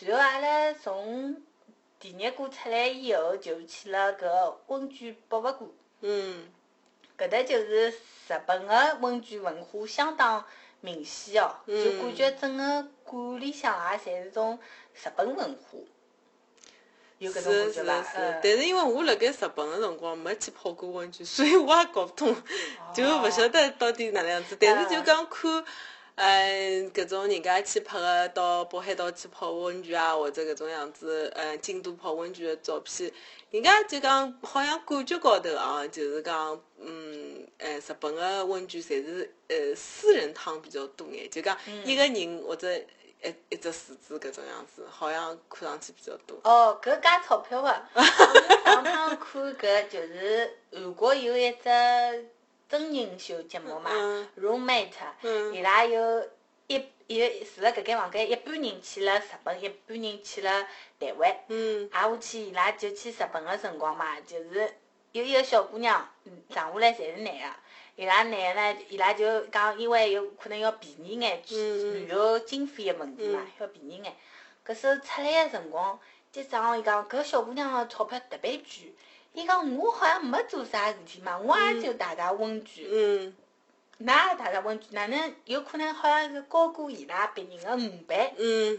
Speaker 1: 然后阿拉从第二股出来以后，就去了搿温泉博物馆，
Speaker 2: 嗯
Speaker 1: 搿搭就是日本个温泉文化相当明显哦，
Speaker 2: 嗯
Speaker 1: 就感觉整个馆里向也侪是种日本文化，有搿种
Speaker 2: 是
Speaker 1: 感觉
Speaker 2: 是是，
Speaker 1: 伐？
Speaker 2: 但
Speaker 1: 嗯
Speaker 2: 是因为我辣盖日本个辰光没去泡过温泉， 所以我也搞不
Speaker 1: 哦
Speaker 2: 通，就勿晓得到底哪能样子。
Speaker 1: 嗯
Speaker 2: 嗯但是就讲看，嗯，搿种人家去拍个到北海道去泡温泉啊，或者搿种样子，嗯，京都泡温泉的照片，人家就讲好像感觉高头啊，就是讲，嗯，呃，日本个温泉侪是呃私人汤比较多眼，就讲一个人或者一一只池子搿种样子，好像看上去比较多。
Speaker 1: 哦，搿加钞票 个。我上趟看搿就是韩国有一只真人秀节目嘛
Speaker 2: 嗯
Speaker 1: ，Roommate，啊
Speaker 2: 嗯
Speaker 1: 伊拉有一一住辣搿间房间，一半人去了日本，一半人去了台湾。
Speaker 2: 嗯
Speaker 1: 挨下啊去伊拉就去日本个辰光嘛，就是有一个小姑娘，嗯生下来侪是男个。伊拉男的呢，伊拉就讲，因为有可能要便宜眼，
Speaker 2: 嗯嗯
Speaker 1: 旅游经费个问题嘛，要便宜眼。搿时候出来个辰光，店长伊讲，搿小姑娘个钞票特别贵。伊讲我好像没做啥事体嘛，我也就大家温泉，
Speaker 2: 嗯
Speaker 1: 㑚也大家温泉，哪能有可能好像是高过伊拉别人个五倍？
Speaker 2: 嗯，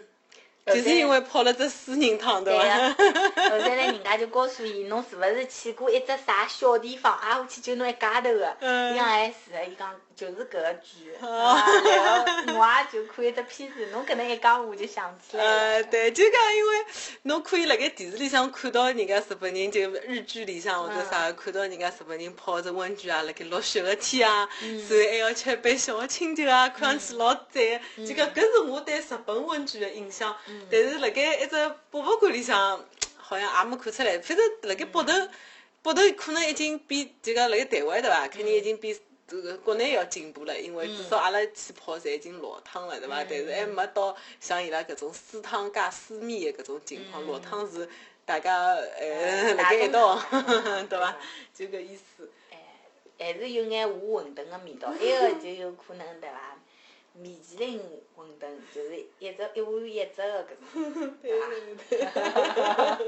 Speaker 2: 就是因为泡了只私人汤，
Speaker 1: 对
Speaker 2: 伐？
Speaker 1: 个，后头来人家就告诉伊，侬是勿是去过一只啥小地方？挨下去就侬一家头个。
Speaker 2: 嗯
Speaker 1: 伊讲还是的，伊讲就是搿个剧。啊然后我也就看一只片子，侬搿能一讲我就想起来了。
Speaker 2: 呃，对，就讲因为侬可以辣盖电视里向看到人家日本人，就日剧里向或者啥个看到人家日本人泡着温泉啊，辣盖落雪个天啊，随后还要吃一杯小清酒啊，看上去老赞。就讲搿是我对日本温泉个印象，但是辣盖一只博物馆里向，好像也没看出来。反正辣盖北头，北头可能已经比就讲辣盖台湾对伐？肯定已经比。这个国内要进步了，因为至少阿拉去泡侪已经老汤了，对伐？但是还没到像伊拉搿种私汤加私密的搿种情况。老汤是大家呃
Speaker 1: 嗯
Speaker 2: 辣盖一道
Speaker 1: 大众汤，
Speaker 2: 对伐？就搿意思。
Speaker 1: 还是有眼糊馄饨个味道，埃个就有可能对伐？米其林馄饨就是一只一碗一只个搿种，对伐？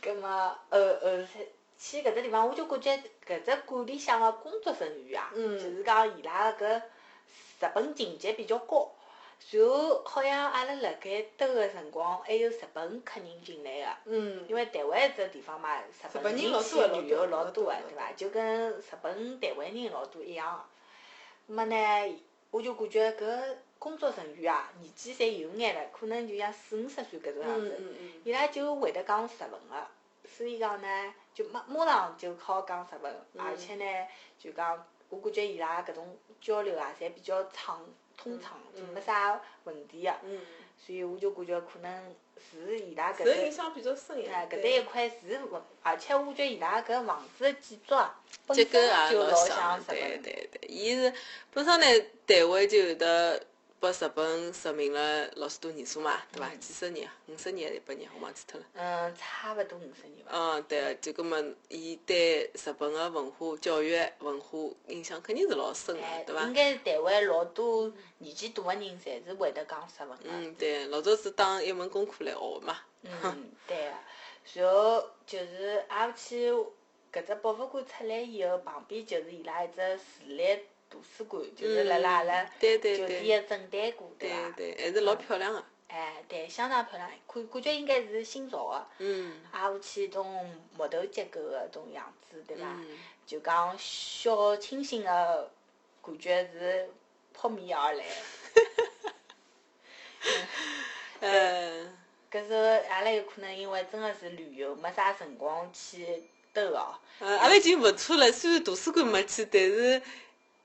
Speaker 1: 葛么后后去搿只地方，我就感觉搿只馆里向个工作人员啊，
Speaker 2: 嗯
Speaker 1: 就是讲伊拉个搿日本情节比较高。然后好像阿拉辣盖兜个辰光，还有日本客人进来个、
Speaker 2: 嗯
Speaker 1: 因为台湾这地方嘛，日
Speaker 2: 日本
Speaker 1: 人
Speaker 2: 人老
Speaker 1: 去
Speaker 2: 多的
Speaker 1: 旅游
Speaker 2: 老
Speaker 1: 老
Speaker 2: 多
Speaker 1: 多个
Speaker 2: 老多，
Speaker 1: 对伐？就跟日本、台湾人老多一样的。那么呢，我就感觉搿工作人员啊，年纪侪有眼了，可能就像四五十岁搿种样
Speaker 2: 嗯
Speaker 1: 子。
Speaker 2: 嗯嗯。
Speaker 1: 伊拉就会得讲日文个，所以讲呢，就马马上就好讲日文，
Speaker 2: 嗯
Speaker 1: 而且呢，就讲我感觉伊拉搿种交流啊，侪比较畅通畅，就没啥问题个、啊
Speaker 2: 嗯，
Speaker 1: 所以我就感觉可能是伊拉搿
Speaker 2: 受
Speaker 1: 搭。
Speaker 2: 影响比较深一
Speaker 1: 哎，
Speaker 2: 点。
Speaker 1: 搿搭一块是文，而且我觉得伊拉搿房子的建筑啊，本
Speaker 2: 结
Speaker 1: 身
Speaker 2: 构也
Speaker 1: 就
Speaker 2: 啊老
Speaker 1: 老像日
Speaker 2: 对
Speaker 1: 本。
Speaker 2: 对对，伊是本身呢台湾就有得拨日本殖民了老许多年数嘛，对伐？几十年，五十年还是一百年，我忘记脱了。
Speaker 1: 嗯，差勿多五十年伐。
Speaker 2: 嗯，对个，就搿么，伊对日本个文化、教育、文化影响肯定是老深个
Speaker 1: 哎，，
Speaker 2: 对伐
Speaker 1: 应？该是台湾老多年纪大个人，侪是会得讲日文啊个。
Speaker 2: 嗯，对，老早子当一门功课来学嘛。
Speaker 1: 嗯，对个、然后就是阿去搿只博物馆出来以后，旁边就是伊拉一只市立图书馆，就是辣辣阿拉
Speaker 2: 嗯对对
Speaker 1: 酒
Speaker 2: 对
Speaker 1: 店个正对过，对
Speaker 2: 对
Speaker 1: 伐？
Speaker 2: 对，还是
Speaker 1: 啊
Speaker 2: 老漂亮啊个。
Speaker 1: 哎，对，相当漂亮，感感觉应该是新造个、
Speaker 2: 嗯
Speaker 1: 挨下去种木头结构个种样子，对伐？
Speaker 2: 嗯
Speaker 1: 就讲小清新个感觉是扑面而来。
Speaker 2: 呃，
Speaker 1: 搿时候阿拉有可能因为真个是旅游，没啥辰光去兜哦。
Speaker 2: 呃，阿拉已经勿错了。虽然图书馆没去，但是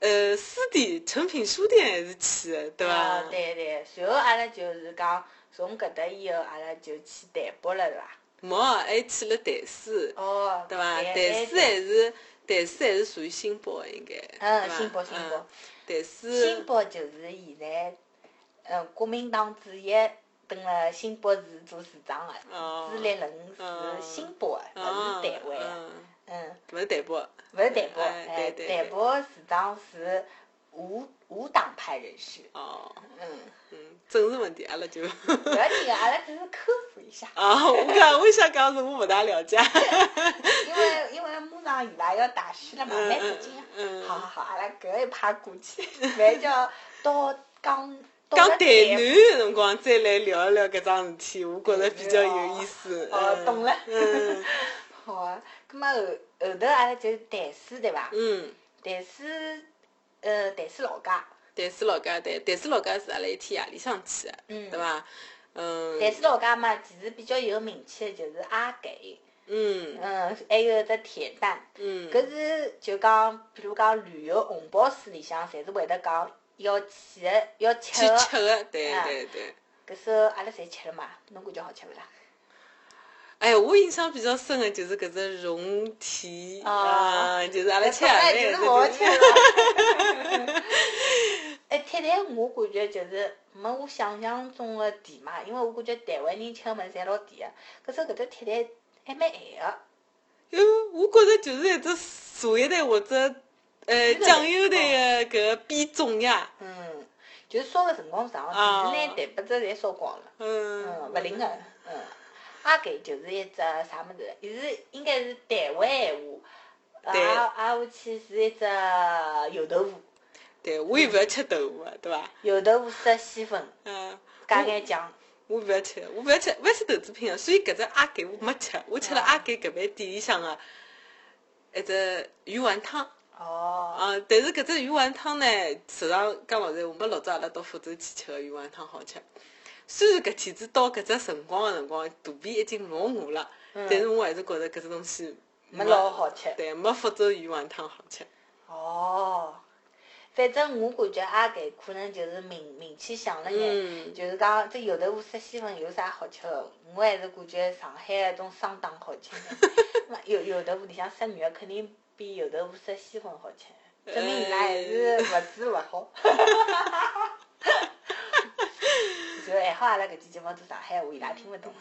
Speaker 2: 呃，书店、诚品书店还是去的，对伐
Speaker 1: 啊，？对对，随后阿拉就是讲从搿搭以后，阿拉就去台北了，是伐？
Speaker 2: 没，啊还去了台师，
Speaker 1: 哦，
Speaker 2: 对伐？
Speaker 1: 对
Speaker 2: 台师还是台师还是属于新北的应该。
Speaker 1: 嗯
Speaker 2: 对，伐
Speaker 1: 新北新北
Speaker 2: 嗯，台
Speaker 1: 新
Speaker 2: 师，
Speaker 1: 北就是现在，呃，国民党主席蹲辣新北市做市长啊个，
Speaker 2: 哦
Speaker 1: 朱立伦
Speaker 2: 嗯
Speaker 1: 是新北个，勿
Speaker 2: 嗯
Speaker 1: 是台湾个，
Speaker 2: 嗯，
Speaker 1: 嗯，
Speaker 2: 勿是台北。
Speaker 1: 勿是台北，
Speaker 2: 哎
Speaker 1: 哎，
Speaker 2: 对对
Speaker 1: 台
Speaker 2: 对
Speaker 1: 北市长是无无党派人士，
Speaker 2: 哦，
Speaker 1: 嗯，
Speaker 2: 嗯，政治问题阿拉就。，
Speaker 1: 勿要紧个，啊阿拉只是科普一下
Speaker 2: 啊，我讲，我想讲是我勿大了解。
Speaker 1: 因为因为马上伊拉要大选了嘛，蛮啊
Speaker 2: 嗯
Speaker 1: 刺激个。
Speaker 2: 嗯，
Speaker 1: 好好好，阿拉搿一趴过去， 万叫到讲到
Speaker 2: 讲
Speaker 1: 了
Speaker 2: 台南的辰光再来聊一聊搿桩事体，我觉着比较有意思。
Speaker 1: 哦
Speaker 2: 嗯，
Speaker 1: 懂了。
Speaker 2: 嗯
Speaker 1: 好啊，葛末后后头阿拉就台师对伐？
Speaker 2: 嗯，
Speaker 1: 台师呃台师老家，
Speaker 2: 但是老家对，但是老家是阿拉一天夜里向去的，
Speaker 1: 嗯
Speaker 2: 对伐？嗯，
Speaker 1: 台师老家嘛，其实比较有名气的就是阿给，
Speaker 2: 嗯
Speaker 1: 嗯，还有一只铁蛋，
Speaker 2: 嗯，
Speaker 1: 搿是就讲，比如讲旅游红包书里向，侪是会得讲要去的要吃
Speaker 2: 去
Speaker 1: 的，
Speaker 2: 吃的，对
Speaker 1: 啊
Speaker 2: 对对。
Speaker 1: 搿时候阿拉侪吃了嘛，侬感觉好吃勿啦？
Speaker 2: 哎，我印象比较深的就是搿只蓉蹄
Speaker 1: 哦
Speaker 2: 啊，就是阿拉吃
Speaker 1: 吃饭
Speaker 2: 夜
Speaker 1: 就是
Speaker 2: 饭，
Speaker 1: 我
Speaker 2: 对
Speaker 1: 吃
Speaker 2: 对对
Speaker 1: 了。哎，铁蛋我感觉就是没我想象中的甜嘛，因为我感觉台湾人吃的物事侪老甜的，搿时候搿只铁蛋还蛮咸的。
Speaker 2: 因为我觉着就是一只茶叶蛋 或者
Speaker 1: 这
Speaker 2: 呃
Speaker 1: 个
Speaker 2: 酱油蛋的搿个变种呀，
Speaker 1: 嗯，就是烧的辰光长，
Speaker 2: 啊
Speaker 1: 其实拿蛋白质侪烧光了。嗯，
Speaker 2: 嗯，
Speaker 1: 勿灵个。嗯，阿给就是一只啥物事，伊是应该是台湾闲话，
Speaker 2: 对
Speaker 1: 啊啊，下去是一只油豆腐，
Speaker 2: 对，我也勿要吃豆腐的，对伐？
Speaker 1: 油豆腐塞细粉，
Speaker 2: 嗯，
Speaker 1: 加眼酱。
Speaker 2: 我勿要吃，我勿要吃，勿要吃豆制品个，啊所以搿只阿给我没吃，我吃了阿给搿爿店里向个啊一只鱼丸汤。
Speaker 1: 哦，
Speaker 2: 啊，但是搿只鱼丸汤呢，实际上讲老实闲话，没老早阿拉到福州去吃个鱼丸汤好吃。虽然搿天子到搿只辰光个辰光，肚皮已经老饿了，但是我还是觉着搿只东西
Speaker 1: 嗯没老好吃
Speaker 2: 对，没福州鱼丸汤好吃。
Speaker 1: 哦，反正我感觉阿给可能就是名名气响了眼，
Speaker 2: 嗯
Speaker 1: 就是讲这油豆腐塞细粉有啥好吃的？我还是感觉上海的种上档好吃眼。那油油豆腐里向塞肉肯定比油豆腐塞细粉好吃，证明伊拉还是勿知勿好。就还好阿拉搿期节目做上海话，伊拉听勿懂。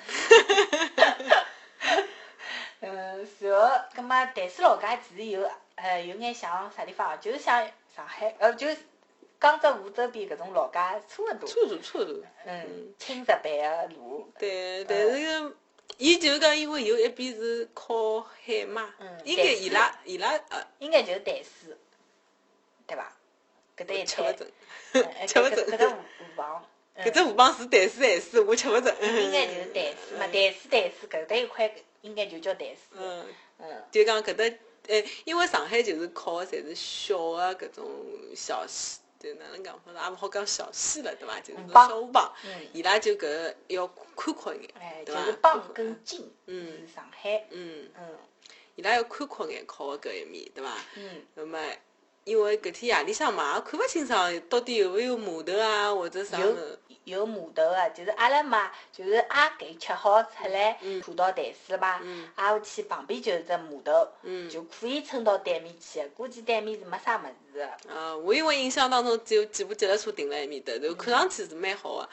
Speaker 1: 嗯，然后，葛末台师老家其实有呃有眼像啥地方啊，就是像上海，呃，就是江浙沪周边搿种老家差勿多。
Speaker 2: 错错错错。
Speaker 1: 嗯，轻日版个路，
Speaker 2: 对，但是伊就是讲，因为有一边是靠海嘛
Speaker 1: 嗯，
Speaker 2: 应该伊拉伊拉呃
Speaker 1: 应该就是台师，对伐？搿搭一
Speaker 2: 吃勿
Speaker 1: 带，
Speaker 2: 准，
Speaker 1: 嗯
Speaker 2: 吃勿
Speaker 1: 搿
Speaker 2: 准
Speaker 1: 搿搭河房，嗯
Speaker 2: 搿只河浜是台式台式，我吃勿准。
Speaker 1: 应该就是台师嘛，台师台师搿搭一块应该就叫台师。
Speaker 2: 嗯。
Speaker 1: 嗯，
Speaker 2: 就讲搿搭，诶，因为上海就是靠的侪是小的搿种小戏，就哪能讲法呢？也勿好讲小戏了，对伐？就是
Speaker 1: 嗯
Speaker 2: 说
Speaker 1: 帮
Speaker 2: 小舞帮
Speaker 1: 嗯，
Speaker 2: 伊拉就搿个要宽阔一
Speaker 1: 哎，
Speaker 2: 眼，对
Speaker 1: 就
Speaker 2: 伐
Speaker 1: 是？帮跟金
Speaker 2: 嗯
Speaker 1: 是上海，
Speaker 2: 嗯，
Speaker 1: 嗯
Speaker 2: 伊拉要宽阔眼靠的搿一面，对伐？
Speaker 1: 嗯
Speaker 2: 那么，因为搿天夜里向嘛，也看勿清爽到底有勿有码头啊，或者啥物
Speaker 1: 有
Speaker 2: 事。
Speaker 1: 有码头个，就是阿拉嘛，就是阿搿吃好出来
Speaker 2: 嗯，
Speaker 1: 爬到淡水吧
Speaker 2: 嗯，
Speaker 1: 挨下啊去旁边就是只码头，
Speaker 2: 嗯
Speaker 1: 就可以撑到对面去的。估计对面是没啥物事的。
Speaker 2: 啊，我因为印象当中只有几部脚踏车停辣埃面搭，
Speaker 1: 嗯
Speaker 2: 然后看上去是蛮好个。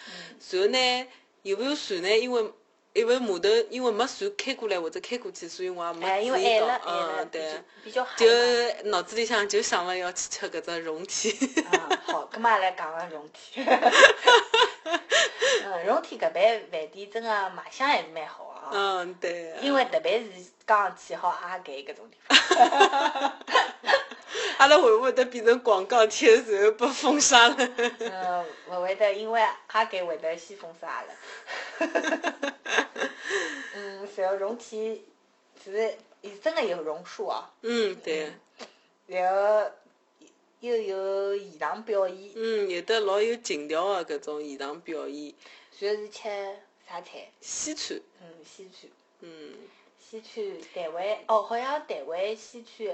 Speaker 2: 然后呢，有没有船呢？因为因为码头因为没船开过来或者开过去，所以我也
Speaker 1: 哎，
Speaker 2: 没
Speaker 1: 因
Speaker 2: 注
Speaker 1: 为
Speaker 2: 意
Speaker 1: 矮
Speaker 2: 到
Speaker 1: 了。矮了，
Speaker 2: 嗯，
Speaker 1: 比
Speaker 2: 对
Speaker 1: 较。比较海嘛。
Speaker 2: 就脑子里向就想了要去吃搿只 融体，
Speaker 1: 嗯，好，咁嘛来讲讲荣 体。嗯，荣体搿爿饭店真个卖相还是蛮好啊。
Speaker 2: 嗯，对。
Speaker 1: 因为特别是刚刚去好阿改搿种地 方，
Speaker 2: 阿拉会勿会得变成广告贴，然后被封杀了？
Speaker 1: 嗯，勿会得因为阿改会得先封杀了。 嗯，然后容体是伊真的有榕树哦，
Speaker 2: 嗯，对，
Speaker 1: 然后又有现场表演，
Speaker 2: 嗯，有的老有情调啊的搿种现场表演，
Speaker 1: 然后是吃啥菜？
Speaker 2: 西餐，
Speaker 1: 嗯，西餐，
Speaker 2: 嗯，
Speaker 1: 西餐台湾哦，好像台湾西餐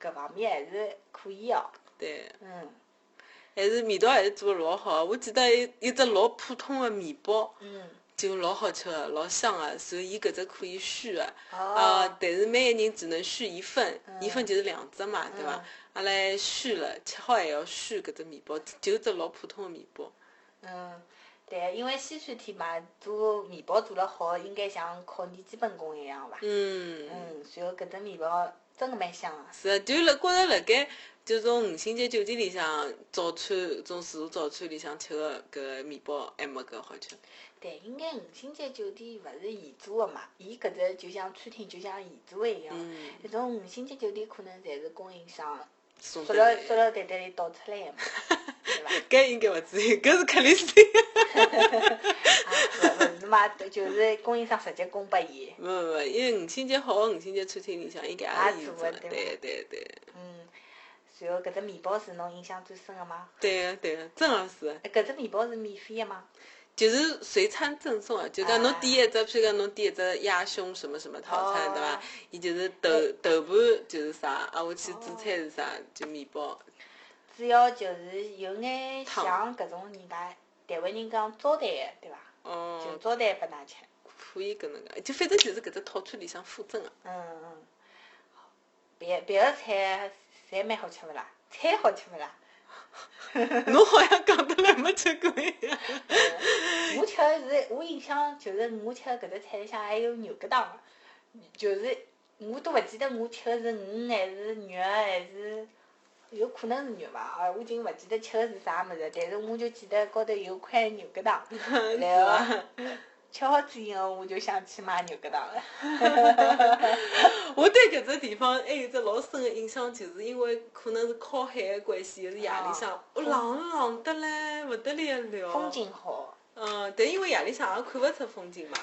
Speaker 1: 搿方面还是可以哦。
Speaker 2: 对，
Speaker 1: 嗯
Speaker 2: 还是味道还是做得老好。啊我记得有有只老普通的面包，
Speaker 1: 嗯，
Speaker 2: 就老好吃的，老香的，所以伊搿只可以续的。啊
Speaker 1: 哦，，
Speaker 2: 但是每个人只能续一份，一份
Speaker 1: 嗯
Speaker 2: 就是两只嘛，对伐
Speaker 1: 嗯？
Speaker 2: 阿拉续了，吃好还要续搿只面包，就只老普通的面包。
Speaker 1: 嗯，对，因为西餐厅嘛，做面包做了好，应该像考验基本功一样吧。
Speaker 2: 嗯，
Speaker 1: 嗯，然后搿只面包真的蛮香的、
Speaker 2: 是啊，就辣觉着辣盖就从五星级酒店里向早餐，种自助早餐里向吃个搿个面包还没搿好吃。
Speaker 1: 对，应该五星级酒店勿是现做的嘛，伊搿只就像餐厅就像现做的一样。
Speaker 2: 嗯，
Speaker 1: 搿种五星级酒店可能侪是供应商
Speaker 2: 送
Speaker 1: 塑
Speaker 2: 得
Speaker 1: 料
Speaker 2: 来
Speaker 1: 塑料袋袋里倒出来的 嘛，对伐？
Speaker 2: 搿 应该勿至于，搿是克里斯汀。
Speaker 1: 啊，勿勿是嘛，就是供应商直接供拨伊。
Speaker 2: 勿勿，因为五星级好的五星级餐厅里向应该也
Speaker 1: 也
Speaker 2: 有
Speaker 1: 做
Speaker 2: 的
Speaker 1: 的对
Speaker 2: 对
Speaker 1: 伐
Speaker 2: 对对
Speaker 1: 嗯，然后搿只面包是侬印象最深的吗？
Speaker 2: 对个对个，真个是，
Speaker 1: 哎搿只面包是免费的吗？
Speaker 2: 就是随餐赠送啊，就讲侬
Speaker 1: 啊
Speaker 2: 点一只，譬如讲侬点一只鸭胸什么什么套餐，对伐
Speaker 1: 哦？
Speaker 2: 伊就是豆豆瓣就是啥，啊，我去主菜是啥，就面包。
Speaker 1: 主要就是有眼
Speaker 2: 烫
Speaker 1: 像搿种人家台湾人讲招待的，对伐？就
Speaker 2: 哦，
Speaker 1: 招待拨㑚吃。
Speaker 2: 可以搿能介，就反正就是搿只套餐里向附赠个。
Speaker 1: 嗯嗯。别别的菜侪蛮好吃勿啦？菜好吃勿啦？
Speaker 2: 侬好像讲得来没吃过一样。
Speaker 1: 我吃的是，我印象就是我吃的搿只菜里向还有牛疙瘩嘛，就是我都勿记得我吃的是鱼还是肉还是，有可能是肉伐？啊，我已经勿记得吃的是啥物事，但是我就记得高头有块牛疙瘩，然后 吃好之后我就想去买牛疙瘩了。
Speaker 2: 我对搿只地方还有只老深个印象，就是因为可能是靠海个关系，是夜里向，我冷冷得来勿得了了。
Speaker 1: 哦风。景好，
Speaker 2: 嗯，但因为夜里向也看勿出风景嘛。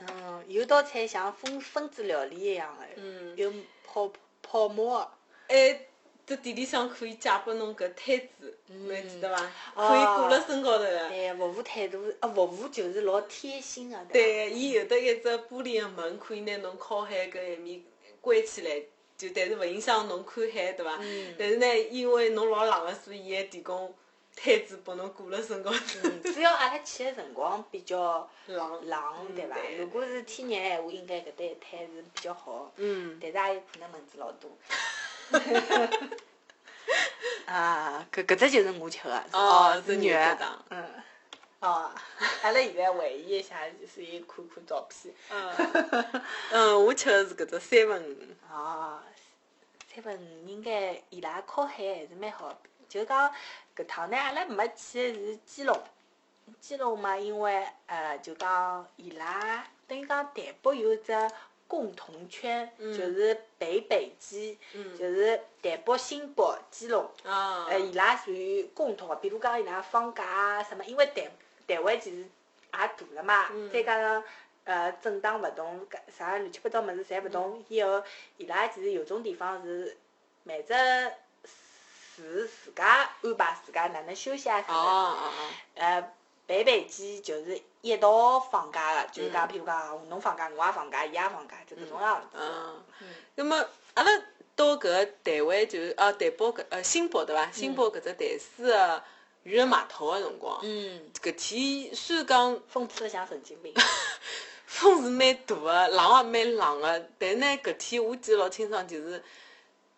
Speaker 1: 嗯，有道菜像分分子料理一样的，
Speaker 2: 嗯。
Speaker 1: 有泡泡馍的。
Speaker 2: 哎，只店里向可以借拨侬搿摊子，
Speaker 1: 嗯
Speaker 2: 侬还记得伐？
Speaker 1: 哦
Speaker 2: 可以挂辣身高头个。
Speaker 1: 对，哎服务态度啊，服务就是老贴心的、对吧。
Speaker 2: 对，伊有得一只玻璃个门，可以拿侬靠海搿一面关起来，就但是勿影响侬看海，对伐？
Speaker 1: 嗯
Speaker 2: 但是呢，因为侬老冷个，所以伊还提供摊子拨侬挂辣身高头。
Speaker 1: 嗯，主要阿拉去的辰光比较
Speaker 2: 冷
Speaker 1: 冷，对伐？
Speaker 2: 嗯对
Speaker 1: 如果是天热的闲话，应该搿搭一摊是比较好，
Speaker 2: 嗯，
Speaker 1: 但是啊也有可能蚊子老 多。啊，搿搿只就是我吃的，
Speaker 2: 哦
Speaker 1: 是
Speaker 2: 是
Speaker 1: 牛
Speaker 2: 牛
Speaker 1: 的
Speaker 2: 疙瘩
Speaker 1: 嗯，哦，阿拉现在回忆一下，就是也看看照片。
Speaker 2: 嗯，嗯，我吃的是搿只三文鱼，
Speaker 1: 哦，三分五应该伊拉靠海还是蛮好，就讲搿趟呢，阿拉没去的是基隆，基隆嘛，因为呃，就讲伊拉等于讲台北有一只共同圈，
Speaker 2: 嗯
Speaker 1: 就是北北基，
Speaker 2: 嗯，
Speaker 1: 就是台北、新北、基隆，
Speaker 2: 啊，
Speaker 1: 呃，伊拉属于共同的，比如讲伊拉放假啊什么，因为台台湾其实也大了嘛
Speaker 2: 嗯，
Speaker 1: 再加上呃政党勿同，搿啥乱七八糟物事侪勿
Speaker 2: 嗯
Speaker 1: 同，以后伊拉其实有种地方是每只市自家安排自家哪能休息啊
Speaker 2: 哦
Speaker 1: 啥的，
Speaker 2: 哦哦，
Speaker 1: 呃陪陪机就是一道放假的，就是讲
Speaker 2: 嗯
Speaker 1: 哦譬如讲侬放假我也放假，伊也放假，就搿种样子。
Speaker 2: 嗯
Speaker 1: 嗯，
Speaker 2: 那么阿拉到搿个台湾就是呃台北搿呃新北对伐？新北搿只台水个渔人码头个辰光，
Speaker 1: 嗯，
Speaker 2: 搿天虽然讲
Speaker 1: 讽刺得像神经 病。
Speaker 2: 风是蛮大个，浪也蛮浪个，但呢搿天我记得老清爽，就是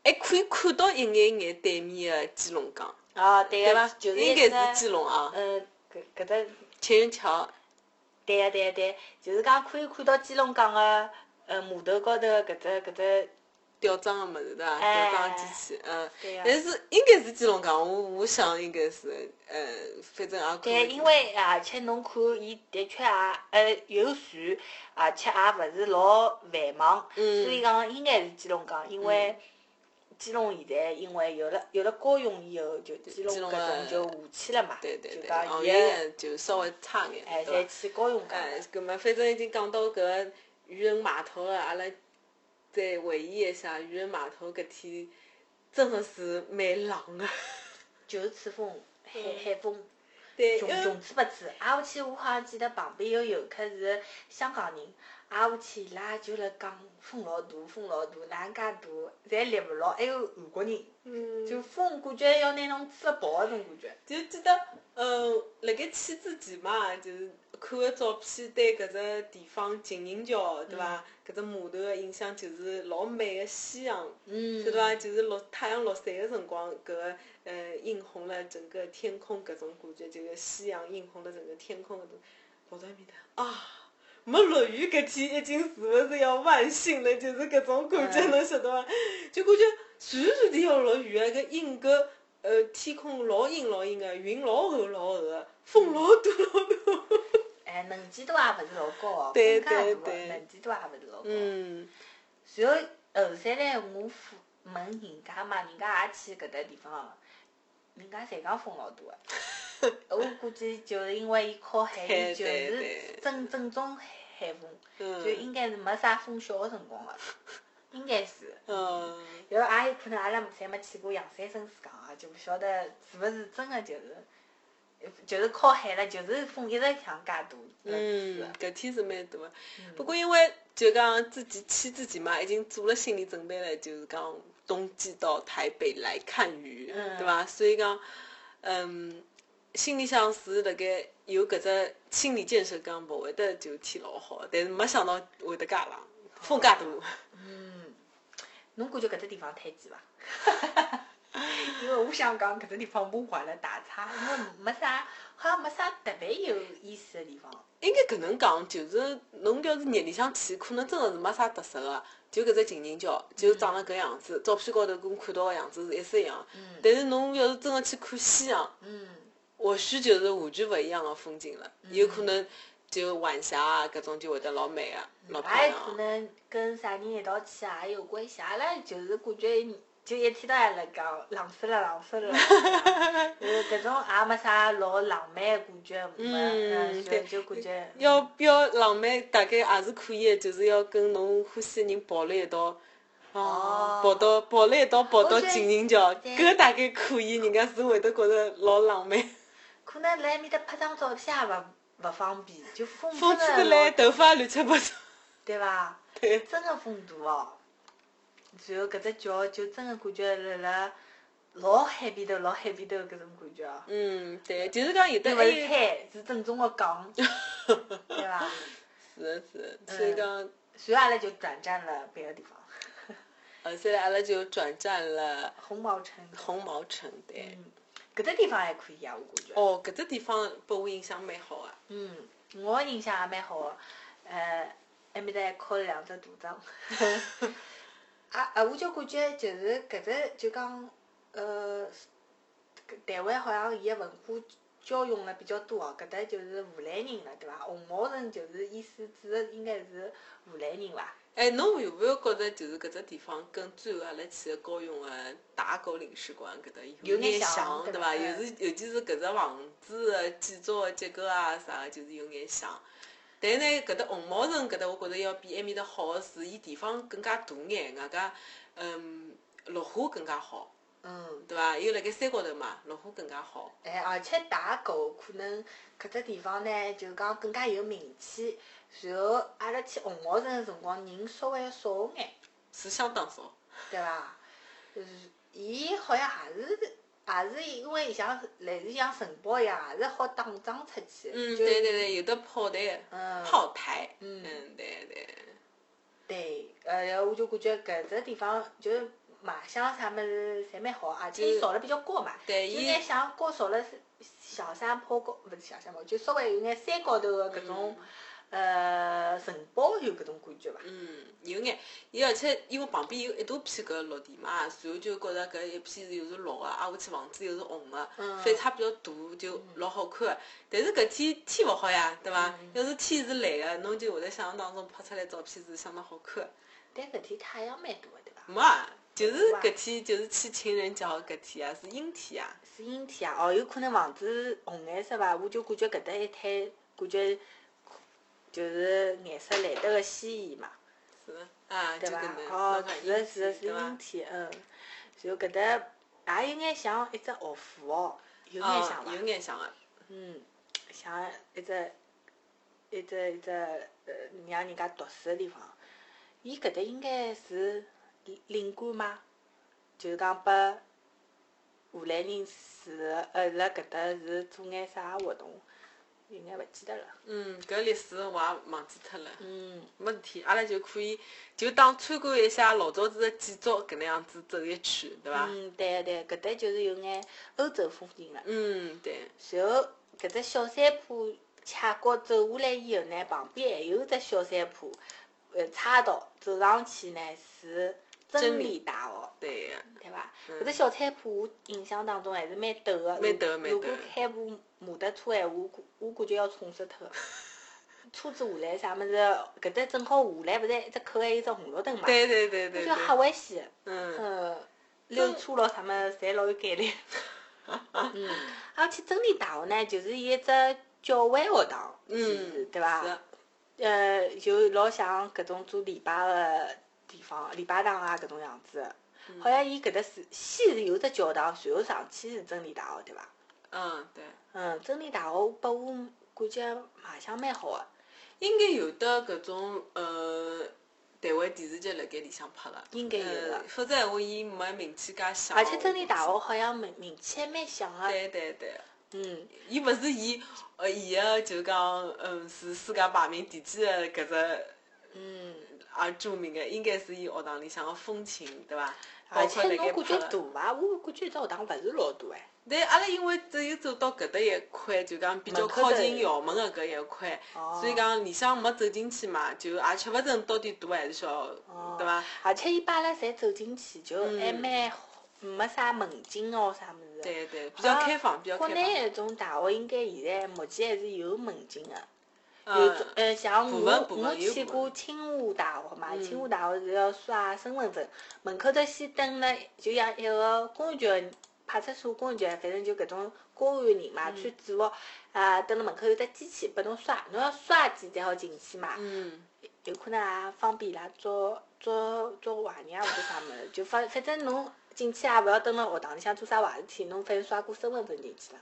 Speaker 2: 还可以看到一眼眼对面个基隆港，
Speaker 1: 哦，对
Speaker 2: 对伐
Speaker 1: 个，？就是
Speaker 2: 应
Speaker 1: 一
Speaker 2: 该是
Speaker 1: 只
Speaker 2: 基隆啊，
Speaker 1: 嗯，搿搿只
Speaker 2: 千元桥。
Speaker 1: 对个对个对，就是讲可以看到基隆港个呃码头高头的搿只搿只，
Speaker 2: 吊装个物事对伐？
Speaker 1: 哎
Speaker 2: 吊装个机器，嗯，
Speaker 1: 对啊
Speaker 2: 但是应该是基隆港，我我想应该是，呃，反正也可以
Speaker 1: 对，因为而且侬看，伊的确也呃有船，而且也勿是老繁忙，
Speaker 2: 嗯
Speaker 1: 所以讲应该是基隆港，因为基隆现在因为有了有了高用以后，就基隆
Speaker 2: 基隆
Speaker 1: 搿
Speaker 2: 的
Speaker 1: 种就下去了嘛，
Speaker 2: 对对哦
Speaker 1: 就
Speaker 2: 对，
Speaker 1: 讲
Speaker 2: 行
Speaker 1: 伊个
Speaker 2: 业就稍微差眼，
Speaker 1: 哎，
Speaker 2: 对
Speaker 1: 侪
Speaker 2: 伐？
Speaker 1: 去高用港
Speaker 2: 哎
Speaker 1: 了，，
Speaker 2: 搿么反正已经讲到搿个渔人码头了，阿拉再回忆一下渔人码头搿天，真的是啊蛮浪个。
Speaker 1: 就是赤峰海
Speaker 2: 嗯
Speaker 1: 海风。
Speaker 2: 对，因
Speaker 1: 穷
Speaker 2: 为
Speaker 1: 穷子不止，挨下去我好像记得旁边有游客是香港人，挨下去伊拉就辣讲风老大，风老大，哪能介大，侪立勿牢，还有韩国人，
Speaker 2: 嗯
Speaker 1: 就风感觉要拿侬吹跑的种感觉。
Speaker 2: 就记得，呃，辣盖去之前嘛，就是看个照片，对搿只地方锦银桥，对伐？搿只码头个印象就是老美个夕阳，
Speaker 1: 嗯
Speaker 2: 晓得伐？就是落太阳落山个辰光，搿个呃映红了整个天空，搿种感觉就是夕阳映红了整个天空搿种，跑到埃面搭啊。没落雨搿天已经是勿是要万幸了？就是搿种感觉，
Speaker 1: 嗯
Speaker 2: 侬晓得伐？就感觉随时随地要落雨啊！搿阴搿呃天空老阴老阴个，云老厚老厚个，风老大老大。
Speaker 1: 哎，能见度也勿是老高哦，
Speaker 2: 对
Speaker 1: 风介
Speaker 2: 对
Speaker 1: 大哦
Speaker 2: 对
Speaker 1: 能见度也勿是老高。
Speaker 2: 嗯，
Speaker 1: 然后后头来我父问人家嘛，人家也去搿搭地方，人家侪讲风老大 个。我估计就是因为伊靠海，
Speaker 2: 对
Speaker 1: 伊就
Speaker 2: 对
Speaker 1: 是
Speaker 2: 对
Speaker 1: 正正宗海风，就
Speaker 2: 嗯
Speaker 1: 应该是没啥风小个辰光个，应该是。
Speaker 2: 嗯，
Speaker 1: 然后也有可能阿拉侪没去过阳山生死港啊，就勿晓得是勿是真个就是，就是靠海了，就是风一直像介大。
Speaker 2: 嗯，搿天是蛮大个。
Speaker 1: 嗯
Speaker 2: 不过因为就讲自己去之前嘛，已经做了心理准备了，就是讲冬季到台北来看雨，
Speaker 1: 嗯
Speaker 2: 对伐？所以讲，嗯，心里向是辣盖有搿只心理建设，讲勿会得就天老好，但是没想到会得介
Speaker 1: 哦
Speaker 2: 冷， 风介大。
Speaker 1: 嗯，侬感觉搿只地方推荐伐？ 因为我想讲搿只地方我画了大叉，因为没啥，好像没啥特别有意思的地方。
Speaker 2: 应该搿能讲，就是侬要是热里向去，可能真的是没啥特色个，就搿只情人桥，就长了搿样子，照片高头跟看到个样子是一式一样。
Speaker 1: 嗯
Speaker 2: 但是侬要是真的去看夕阳，
Speaker 1: 嗯
Speaker 2: 或许就是完全勿一样的风景了，有可能就晚霞啊，搿种就会得老美啊，老漂
Speaker 1: 也
Speaker 2: 亮
Speaker 1: 有可
Speaker 2: 啊。
Speaker 1: 能跟啥人一道去也有关系。啊阿拉就是感觉就一天到晚辣讲浪费了，浪费了。 呃，搿种也没啥老浪漫的感觉，没，啊
Speaker 2: 嗯
Speaker 1: 所
Speaker 2: 对
Speaker 1: 以就感觉
Speaker 2: 要要浪漫，大概也是可以的，就是要跟侬欢喜的人跑辣一道，
Speaker 1: 哦
Speaker 2: 啊，跑到跑辣一道，跑到
Speaker 1: 我觉得
Speaker 2: 情人桥，
Speaker 1: 对
Speaker 2: 搿大概可以，人家是会得觉着老浪漫。
Speaker 1: 可能辣埃面搭拍张照片也勿勿方便，就风
Speaker 2: 风吹
Speaker 1: 真
Speaker 2: 得
Speaker 1: 的
Speaker 2: 来，
Speaker 1: 老
Speaker 2: 头发乱七八糟。
Speaker 1: 对伐？
Speaker 2: 对
Speaker 1: 真个风大哦。然后搿只桥就真个感觉辣辣老海边头，老海边头搿种感觉哦。
Speaker 2: 嗯，对，哎就是讲有的哎
Speaker 1: 又
Speaker 2: 还
Speaker 1: 勿
Speaker 2: 有
Speaker 1: 是海，是正宗个港，对伐？
Speaker 2: 是是，所以讲。
Speaker 1: 随后阿拉就转战了别个地方，
Speaker 2: 呃，现在阿拉就转战了
Speaker 1: 红毛城。
Speaker 2: 红毛城，对。
Speaker 1: 嗯，搿只地方还可以啊，我感觉。
Speaker 2: 哦，搿只地方拨我印象蛮好啊。
Speaker 1: 嗯，我印象也蛮好个，呃，埃面搭还敲了两只大仗。啊啊！我就感觉就是搿只就讲，呃，搿台湾好像伊个文化交融了比较多哦。搿搭就是荷兰人了，对伐？红毛人就是意思指的应该是荷兰人伐？
Speaker 2: 哎，侬有没有觉着就是搿只地方跟最后阿拉去个高雄个大狗领事馆搿搭
Speaker 1: 有眼
Speaker 2: 眼
Speaker 1: 像
Speaker 2: 像，
Speaker 1: 对嗯
Speaker 2: 对
Speaker 1: 伐
Speaker 2: 伐？尤是尤其是搿只房子个建筑个结构啊啥个，就是有眼像。但呢，搿搭红毛城搿搭，我觉着要比埃面搭好个是，伊地方更加大眼，外加嗯绿化更加好，
Speaker 1: 嗯，
Speaker 2: 对伐？伊辣盖山高头嘛，绿化更加好。
Speaker 1: 哎，而且打狗可能搿只地方呢，就讲更加有名气。然后阿拉去红毛城个辰光，人稍微少眼。
Speaker 2: 是相当少。
Speaker 1: 对伐？伊好像也是也是因为像类似像城堡一样，也是好打仗出去。
Speaker 2: 嗯，
Speaker 1: 就
Speaker 2: 对对对，有的炮台，
Speaker 1: 嗯
Speaker 2: 炮台，
Speaker 1: 嗯
Speaker 2: 嗯，对对，
Speaker 1: 对，呃，然后我就感觉搿只地方就是卖相啥物事侪蛮好，而且
Speaker 2: 就
Speaker 1: 造了比较高嘛，
Speaker 2: 对
Speaker 1: 有
Speaker 2: 伊
Speaker 1: 眼像高造了小山坡高，勿是小山坡，就稍微有眼山高头的搿种呃城堡有搿种感觉伐？
Speaker 2: 嗯，有眼，伊而且因为旁边有一大片搿绿地嘛，然后就觉着搿一片是又是绿个，挨下去啊房子又是红啊个
Speaker 1: 嗯，
Speaker 2: 反差比较大，就老好看个。但是搿天天勿好呀，对伐？
Speaker 1: 嗯
Speaker 2: 要是天是蓝个，啊侬就会得想象当中拍出来照片是相当好看的。
Speaker 1: 但搿天太阳蛮大个对伐？
Speaker 2: 没啊，就是
Speaker 1: 哇
Speaker 2: 搿天就是去情人节搿天啊，是阴天啊。
Speaker 1: 是阴天啊，哦，有可能房子红颜色伐？我就感觉搿搭一摊感觉就是颜色来得个鲜艳嘛。
Speaker 2: 是啊，就
Speaker 1: 对伐
Speaker 2: 搿能，？
Speaker 1: 哦，
Speaker 2: 侬讲
Speaker 1: 是的，
Speaker 2: 阴
Speaker 1: 是的，是
Speaker 2: 天对伐
Speaker 1: 阴？天，嗯。然后搿搭也有眼像一只学府哦，有眼
Speaker 2: 哦
Speaker 1: 像伐？
Speaker 2: 有眼像个，
Speaker 1: 嗯，像一只一只一只呃，让人家读书的地方。伊搿搭应该是领领馆吗？就是讲拨荷兰人住的，呃，辣搿搭是做眼啥活动？有眼勿记得了。
Speaker 2: 嗯，搿历史我也忘记脱了。
Speaker 1: 嗯，
Speaker 2: 没事体，阿拉就可以就当参观一下老早子的建筑搿能样子走一圈，对伐？
Speaker 1: 嗯，对对，搿搭就是有眼欧洲风情了。
Speaker 2: 嗯，对，
Speaker 1: 然后搿只小山坡恰高走下来以后呢，旁边还有只小山坡，呃，岔道走上去呢是真
Speaker 2: 真
Speaker 1: 理
Speaker 2: 理
Speaker 1: 大学，
Speaker 2: 对个，
Speaker 1: 对伐？
Speaker 2: 嗯
Speaker 1: 搿只小山坡我印象当中还是蛮陡个，
Speaker 2: 蛮陡的蛮
Speaker 1: 如如
Speaker 2: 陡
Speaker 1: 果
Speaker 2: 的
Speaker 1: 开部摩托车闲话，我估我感觉要冲 死脱。车子下来啥物事，搿搭正好下来，勿是一只口还有一只红绿灯嘛，
Speaker 2: 对对对对
Speaker 1: 就吓
Speaker 2: 对，
Speaker 1: 危险。
Speaker 2: 嗯，
Speaker 1: 呃，溜
Speaker 2: 真
Speaker 1: 车咯啥么，侪老有概念。嗯， 而且真理大学呢，就是一只教会学堂，其实
Speaker 2: 嗯，
Speaker 1: 对伐？
Speaker 2: 是，
Speaker 1: 呃，就老像搿种做礼拜个地方，礼拜堂啊搿种样子。
Speaker 2: 嗯
Speaker 1: 好像伊搿搭是先是有只教堂，随后上去是真理大学，对伐？
Speaker 2: 嗯，对，
Speaker 1: 嗯，真理大学拨我感觉卖相蛮好个，
Speaker 2: 应该有的搿种呃台湾电视剧辣盖里向拍个，
Speaker 1: 应该有的
Speaker 2: 嗯否则闲话伊没名气介响。
Speaker 1: 而且真理
Speaker 2: 我
Speaker 1: 大
Speaker 2: 估
Speaker 1: 学好像名名气还蛮响
Speaker 2: 计，
Speaker 1: 个。
Speaker 2: 对对对。
Speaker 1: 啊嗯，
Speaker 2: 伊勿是伊，呃，伊个就讲，嗯，是世界排名第几个搿只
Speaker 1: 嗯，
Speaker 2: 而啊著名的，应该是伊学堂里向的风情，对伐？
Speaker 1: 而且侬
Speaker 2: 包
Speaker 1: 感
Speaker 2: 括
Speaker 1: 觉
Speaker 2: 辣盖拍
Speaker 1: 大
Speaker 2: 的。
Speaker 1: 伐？我感觉只学堂勿是老大哎。
Speaker 2: 但阿拉因为只有走到搿搭一块，就讲比较
Speaker 1: 门口
Speaker 2: 靠
Speaker 1: 的
Speaker 2: 近校门的搿一块，
Speaker 1: 哦
Speaker 2: 所以讲里向没走进去嘛，就也吃勿准到底大还是小，对伐？
Speaker 1: 哦而且伊把阿拉侪走进去，就还蛮好没啥门禁哦啥物事。
Speaker 2: 对对，比
Speaker 1: 好
Speaker 2: 较
Speaker 1: 像
Speaker 2: 开放，比较
Speaker 1: 啊国
Speaker 2: 开放。
Speaker 1: 内一种大学应该现在目前还是有门禁的。有种
Speaker 2: 嗯，
Speaker 1: 呃，像
Speaker 2: 部分
Speaker 1: 我
Speaker 2: 部分
Speaker 1: 我
Speaker 2: 有
Speaker 1: 去
Speaker 2: 部嗯
Speaker 1: 过
Speaker 2: 分
Speaker 1: 清华大学嘛，清华大学是要刷身份证，门口头先等了，就像一个公安局的派出所公安局，反正就搿种公务员人
Speaker 2: 嗯
Speaker 1: 嘛，穿制服，啊，等了门口有只机器拨侬刷，侬要刷几才好进去嘛。
Speaker 2: 嗯，
Speaker 1: 有啊可能也方便伊拉做做做坏人啊或者啥物事，就反反正侬进去也勿要蹲辣学堂里向做啥坏事体，侬反正刷过身份证进去了。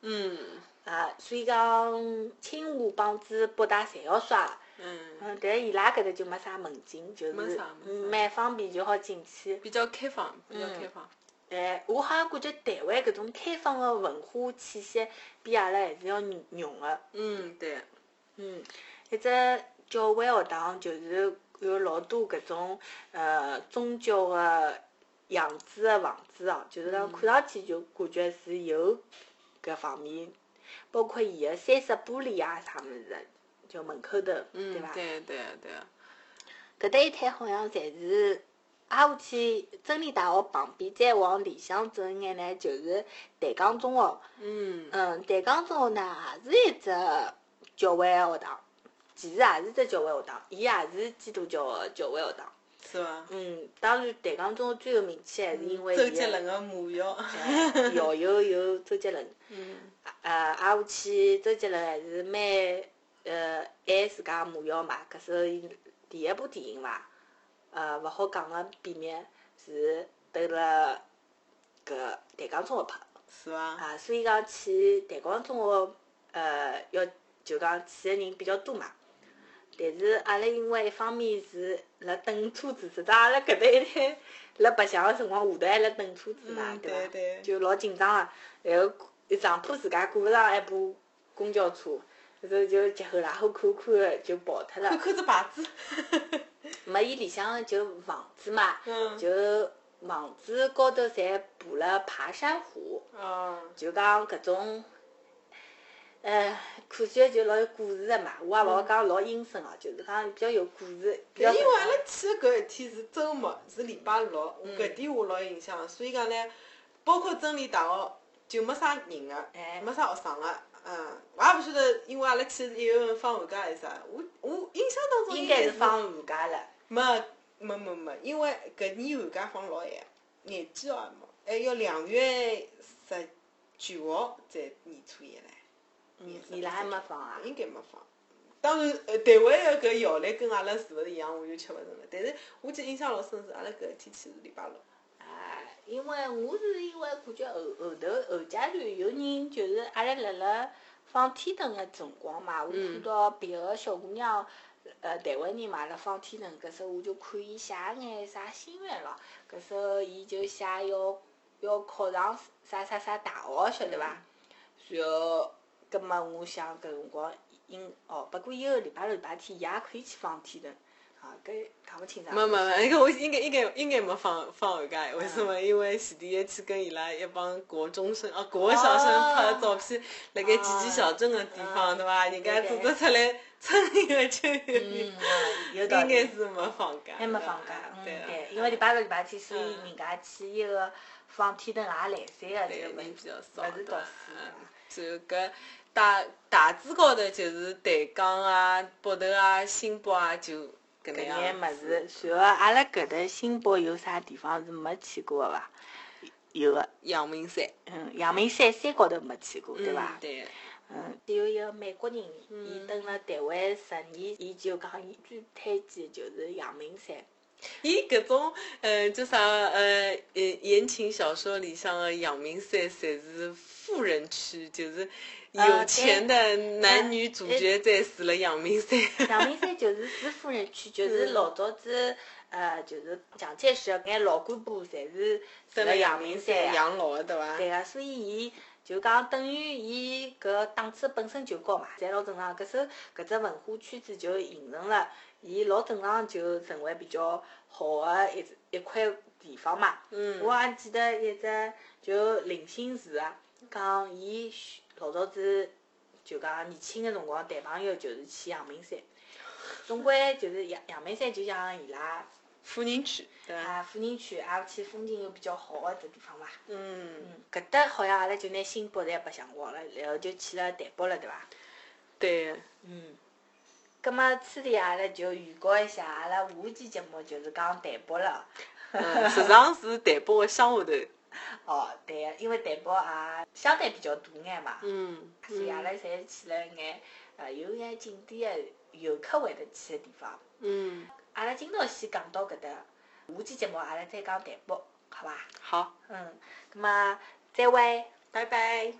Speaker 2: 嗯，
Speaker 1: 啊，所以讲清华帮子北大侪要刷，
Speaker 2: 嗯，
Speaker 1: 嗯，但是伊拉搿搭就没啥门禁，就
Speaker 2: 没
Speaker 1: 是
Speaker 2: 啥没啥
Speaker 1: 嗯蛮方便就好进去。
Speaker 2: 比较开放，比较
Speaker 1: 嗯
Speaker 2: 开放。
Speaker 1: 但我好像感觉台湾搿种开放的文化气息比阿拉还是要浓个。
Speaker 2: 嗯，对，
Speaker 1: 嗯，一只教会学堂就是有老多搿种呃宗教个样子个房子哦，就是讲看上去就感觉是有搿方面，包括伊个三色玻璃啊啥物事的，就门口头，
Speaker 2: 嗯
Speaker 1: 对，伐？
Speaker 2: 对对对，
Speaker 1: 搿搭一摊好像侪是挨下去真理大学旁边，再往里向走一眼呢，就是台江中学。
Speaker 2: 嗯，
Speaker 1: 嗯，台江中学呢也是一只教会的学堂，其实也是只教会学堂，伊也是基督教的教会学堂。
Speaker 2: 是伐？
Speaker 1: 嗯，当然台江中学最有名气还是因为
Speaker 2: 嗯周
Speaker 1: 伊
Speaker 2: 杰
Speaker 1: 的
Speaker 2: 伦个母校。
Speaker 1: 哎校友有周杰伦，
Speaker 2: 嗯
Speaker 1: 呃，挨下去周杰伦还是蛮呃爱自家母校嘛，搿是伊第一部电影伐？呃，勿好讲个秘密是兜了搿台江中学拍的。
Speaker 2: 是伐？
Speaker 1: 啊，所以讲去台江中学，呃，要就讲去的人比较多嘛。但是阿拉因为一方面是辣等车子，实际上阿拉搿搭一摊 辣白相个辰光，下头还辣等车子嘛
Speaker 2: 嗯，
Speaker 1: 伐？
Speaker 2: 对对
Speaker 1: 就老紧张个，然后一上铺自家哎顾勿上，还爬公交车，后头就急吼啦，吼看看的就跑脱
Speaker 2: 看
Speaker 1: 了。
Speaker 2: 看这牌 子，
Speaker 1: 没，伊里向就房子嘛，
Speaker 2: 嗯，
Speaker 1: 就房子高头侪爬了爬山虎，
Speaker 2: 啊，
Speaker 1: 就讲搿种，呃，可惜就老有故事个嘛。我也勿好讲老阴森哦，就是讲比较有故事，比较
Speaker 2: 因为阿拉去的搿一天是周末，是礼拜六，
Speaker 1: 嗯
Speaker 2: 搿点我老有印象。所以讲呢，包括真理大学就没啥人个
Speaker 1: 哎，
Speaker 2: 没啥学生个。嗯，我也勿晓得，因为阿拉去是一月份放寒假还是啥，我我印象当中
Speaker 1: 应
Speaker 2: 应
Speaker 1: 该
Speaker 2: 该
Speaker 1: 是放寒假了。
Speaker 2: 没没没没，因为搿年寒假放老晚，廿几号也没，还哎要两月十九号才年初一唻。
Speaker 1: 嗯，伊拉还没放啊。
Speaker 2: 应该没放。当然，呃，台湾的搿摇篮跟阿拉是勿是一样，我就吃勿准了。但是我记得印象老深是阿拉搿天气是礼拜六，
Speaker 1: 啊，因为我是因为感觉后后头后阶段有人就是阿拉辣辣放天灯个辰光
Speaker 2: 嗯
Speaker 1: 嘛，我看到别个小姑娘，呃，台湾人嘛辣放天灯，搿时候我就看伊写眼啥心愿咯，搿时候伊就写要要考上啥啥啥大学，晓得伐？
Speaker 2: 嗯
Speaker 1: 然后，葛末我想搿辰光应哦，不过伊个礼拜六礼拜天伊也可以去放天灯，啊，搿讲勿清爽。
Speaker 2: 没没没，应该我应该应该应该没放放寒假，为什么？因为前天一去跟伊拉一帮国中生啊国小生拍的照片，辣盖几几小镇的地方，对伐？人家组织出来春游秋游，
Speaker 1: 嗯
Speaker 2: 应，
Speaker 1: 有道理。
Speaker 2: 该是没放假，
Speaker 1: 还没放假，嗯，
Speaker 2: 对啊
Speaker 1: 对，因为礼拜六、礼拜天，所以人家去一个放天灯也懒散个，
Speaker 2: 对
Speaker 1: 这个
Speaker 2: 人
Speaker 1: 问
Speaker 2: 比
Speaker 1: 题
Speaker 2: 较少，
Speaker 1: 勿是读
Speaker 2: 对
Speaker 1: 书
Speaker 2: 吧
Speaker 1: 的。
Speaker 2: 嗯就搿大大致高头就是台江啊、北头啊、新北啊，就
Speaker 1: 搿
Speaker 2: 搿能
Speaker 1: 眼
Speaker 2: 样
Speaker 1: 物。事，然后阿拉搿搭新北有啥地方是没去过个伐？有个，
Speaker 2: 阳明山，
Speaker 1: 嗯，阳明山山高头没去过，对伐
Speaker 2: 嗯？对，嗯
Speaker 1: 嗯，有一个美国人，伊蹲辣台湾十年，伊就讲伊最推荐就是阳明山。
Speaker 2: 伊搿种呃叫啥呃言言情小说里向的阳明山，侪是富人区，就是有
Speaker 1: 呃
Speaker 2: 钱的男女主角在住了阳 明山。
Speaker 1: 阳明山就是市富人区，就是老早子呃，就是蒋介石搿眼老干部侪是住
Speaker 2: 蹲
Speaker 1: 辣
Speaker 2: 了
Speaker 1: 阳
Speaker 2: 阳
Speaker 1: 明
Speaker 2: 明
Speaker 1: 山
Speaker 2: 山
Speaker 1: 啊。
Speaker 2: 养老的对伐？
Speaker 1: 对个，所以伊就讲等于伊搿档次本身就高嘛，侪老正常。搿首搿只文化圈子就形成了，伊老正常就成为比较好的一只一块地方嘛。
Speaker 2: 嗯
Speaker 1: 我还记得一只就林心如啊，讲伊老早子就讲年轻个辰光谈朋友就是去阳明山，总归就是阳阳明山就像伊拉
Speaker 2: 富人区，对伐？
Speaker 1: 啊富人区，也去风景又比较好个只地方嘛。
Speaker 2: 嗯。
Speaker 1: 嗯，搿搭好像阿拉就拿新北侪白相光了，然后就去了台北了，对伐？
Speaker 2: 对，
Speaker 1: 嗯。葛末此地阿拉就预告一下，阿拉下期节目就是讲台北了。
Speaker 2: 嗯，实际上是台北的乡下头。
Speaker 1: 哦，对个，因为台北也相对比较大眼嘛，
Speaker 2: 嗯，
Speaker 1: 所以阿拉侪去了眼呃有眼景点个游客会得去个地方。
Speaker 2: 嗯，
Speaker 1: 阿拉今朝先讲到搿搭，下期节目阿拉再讲台北，好伐？
Speaker 2: 好，
Speaker 1: 嗯，葛末再会。
Speaker 2: 拜拜。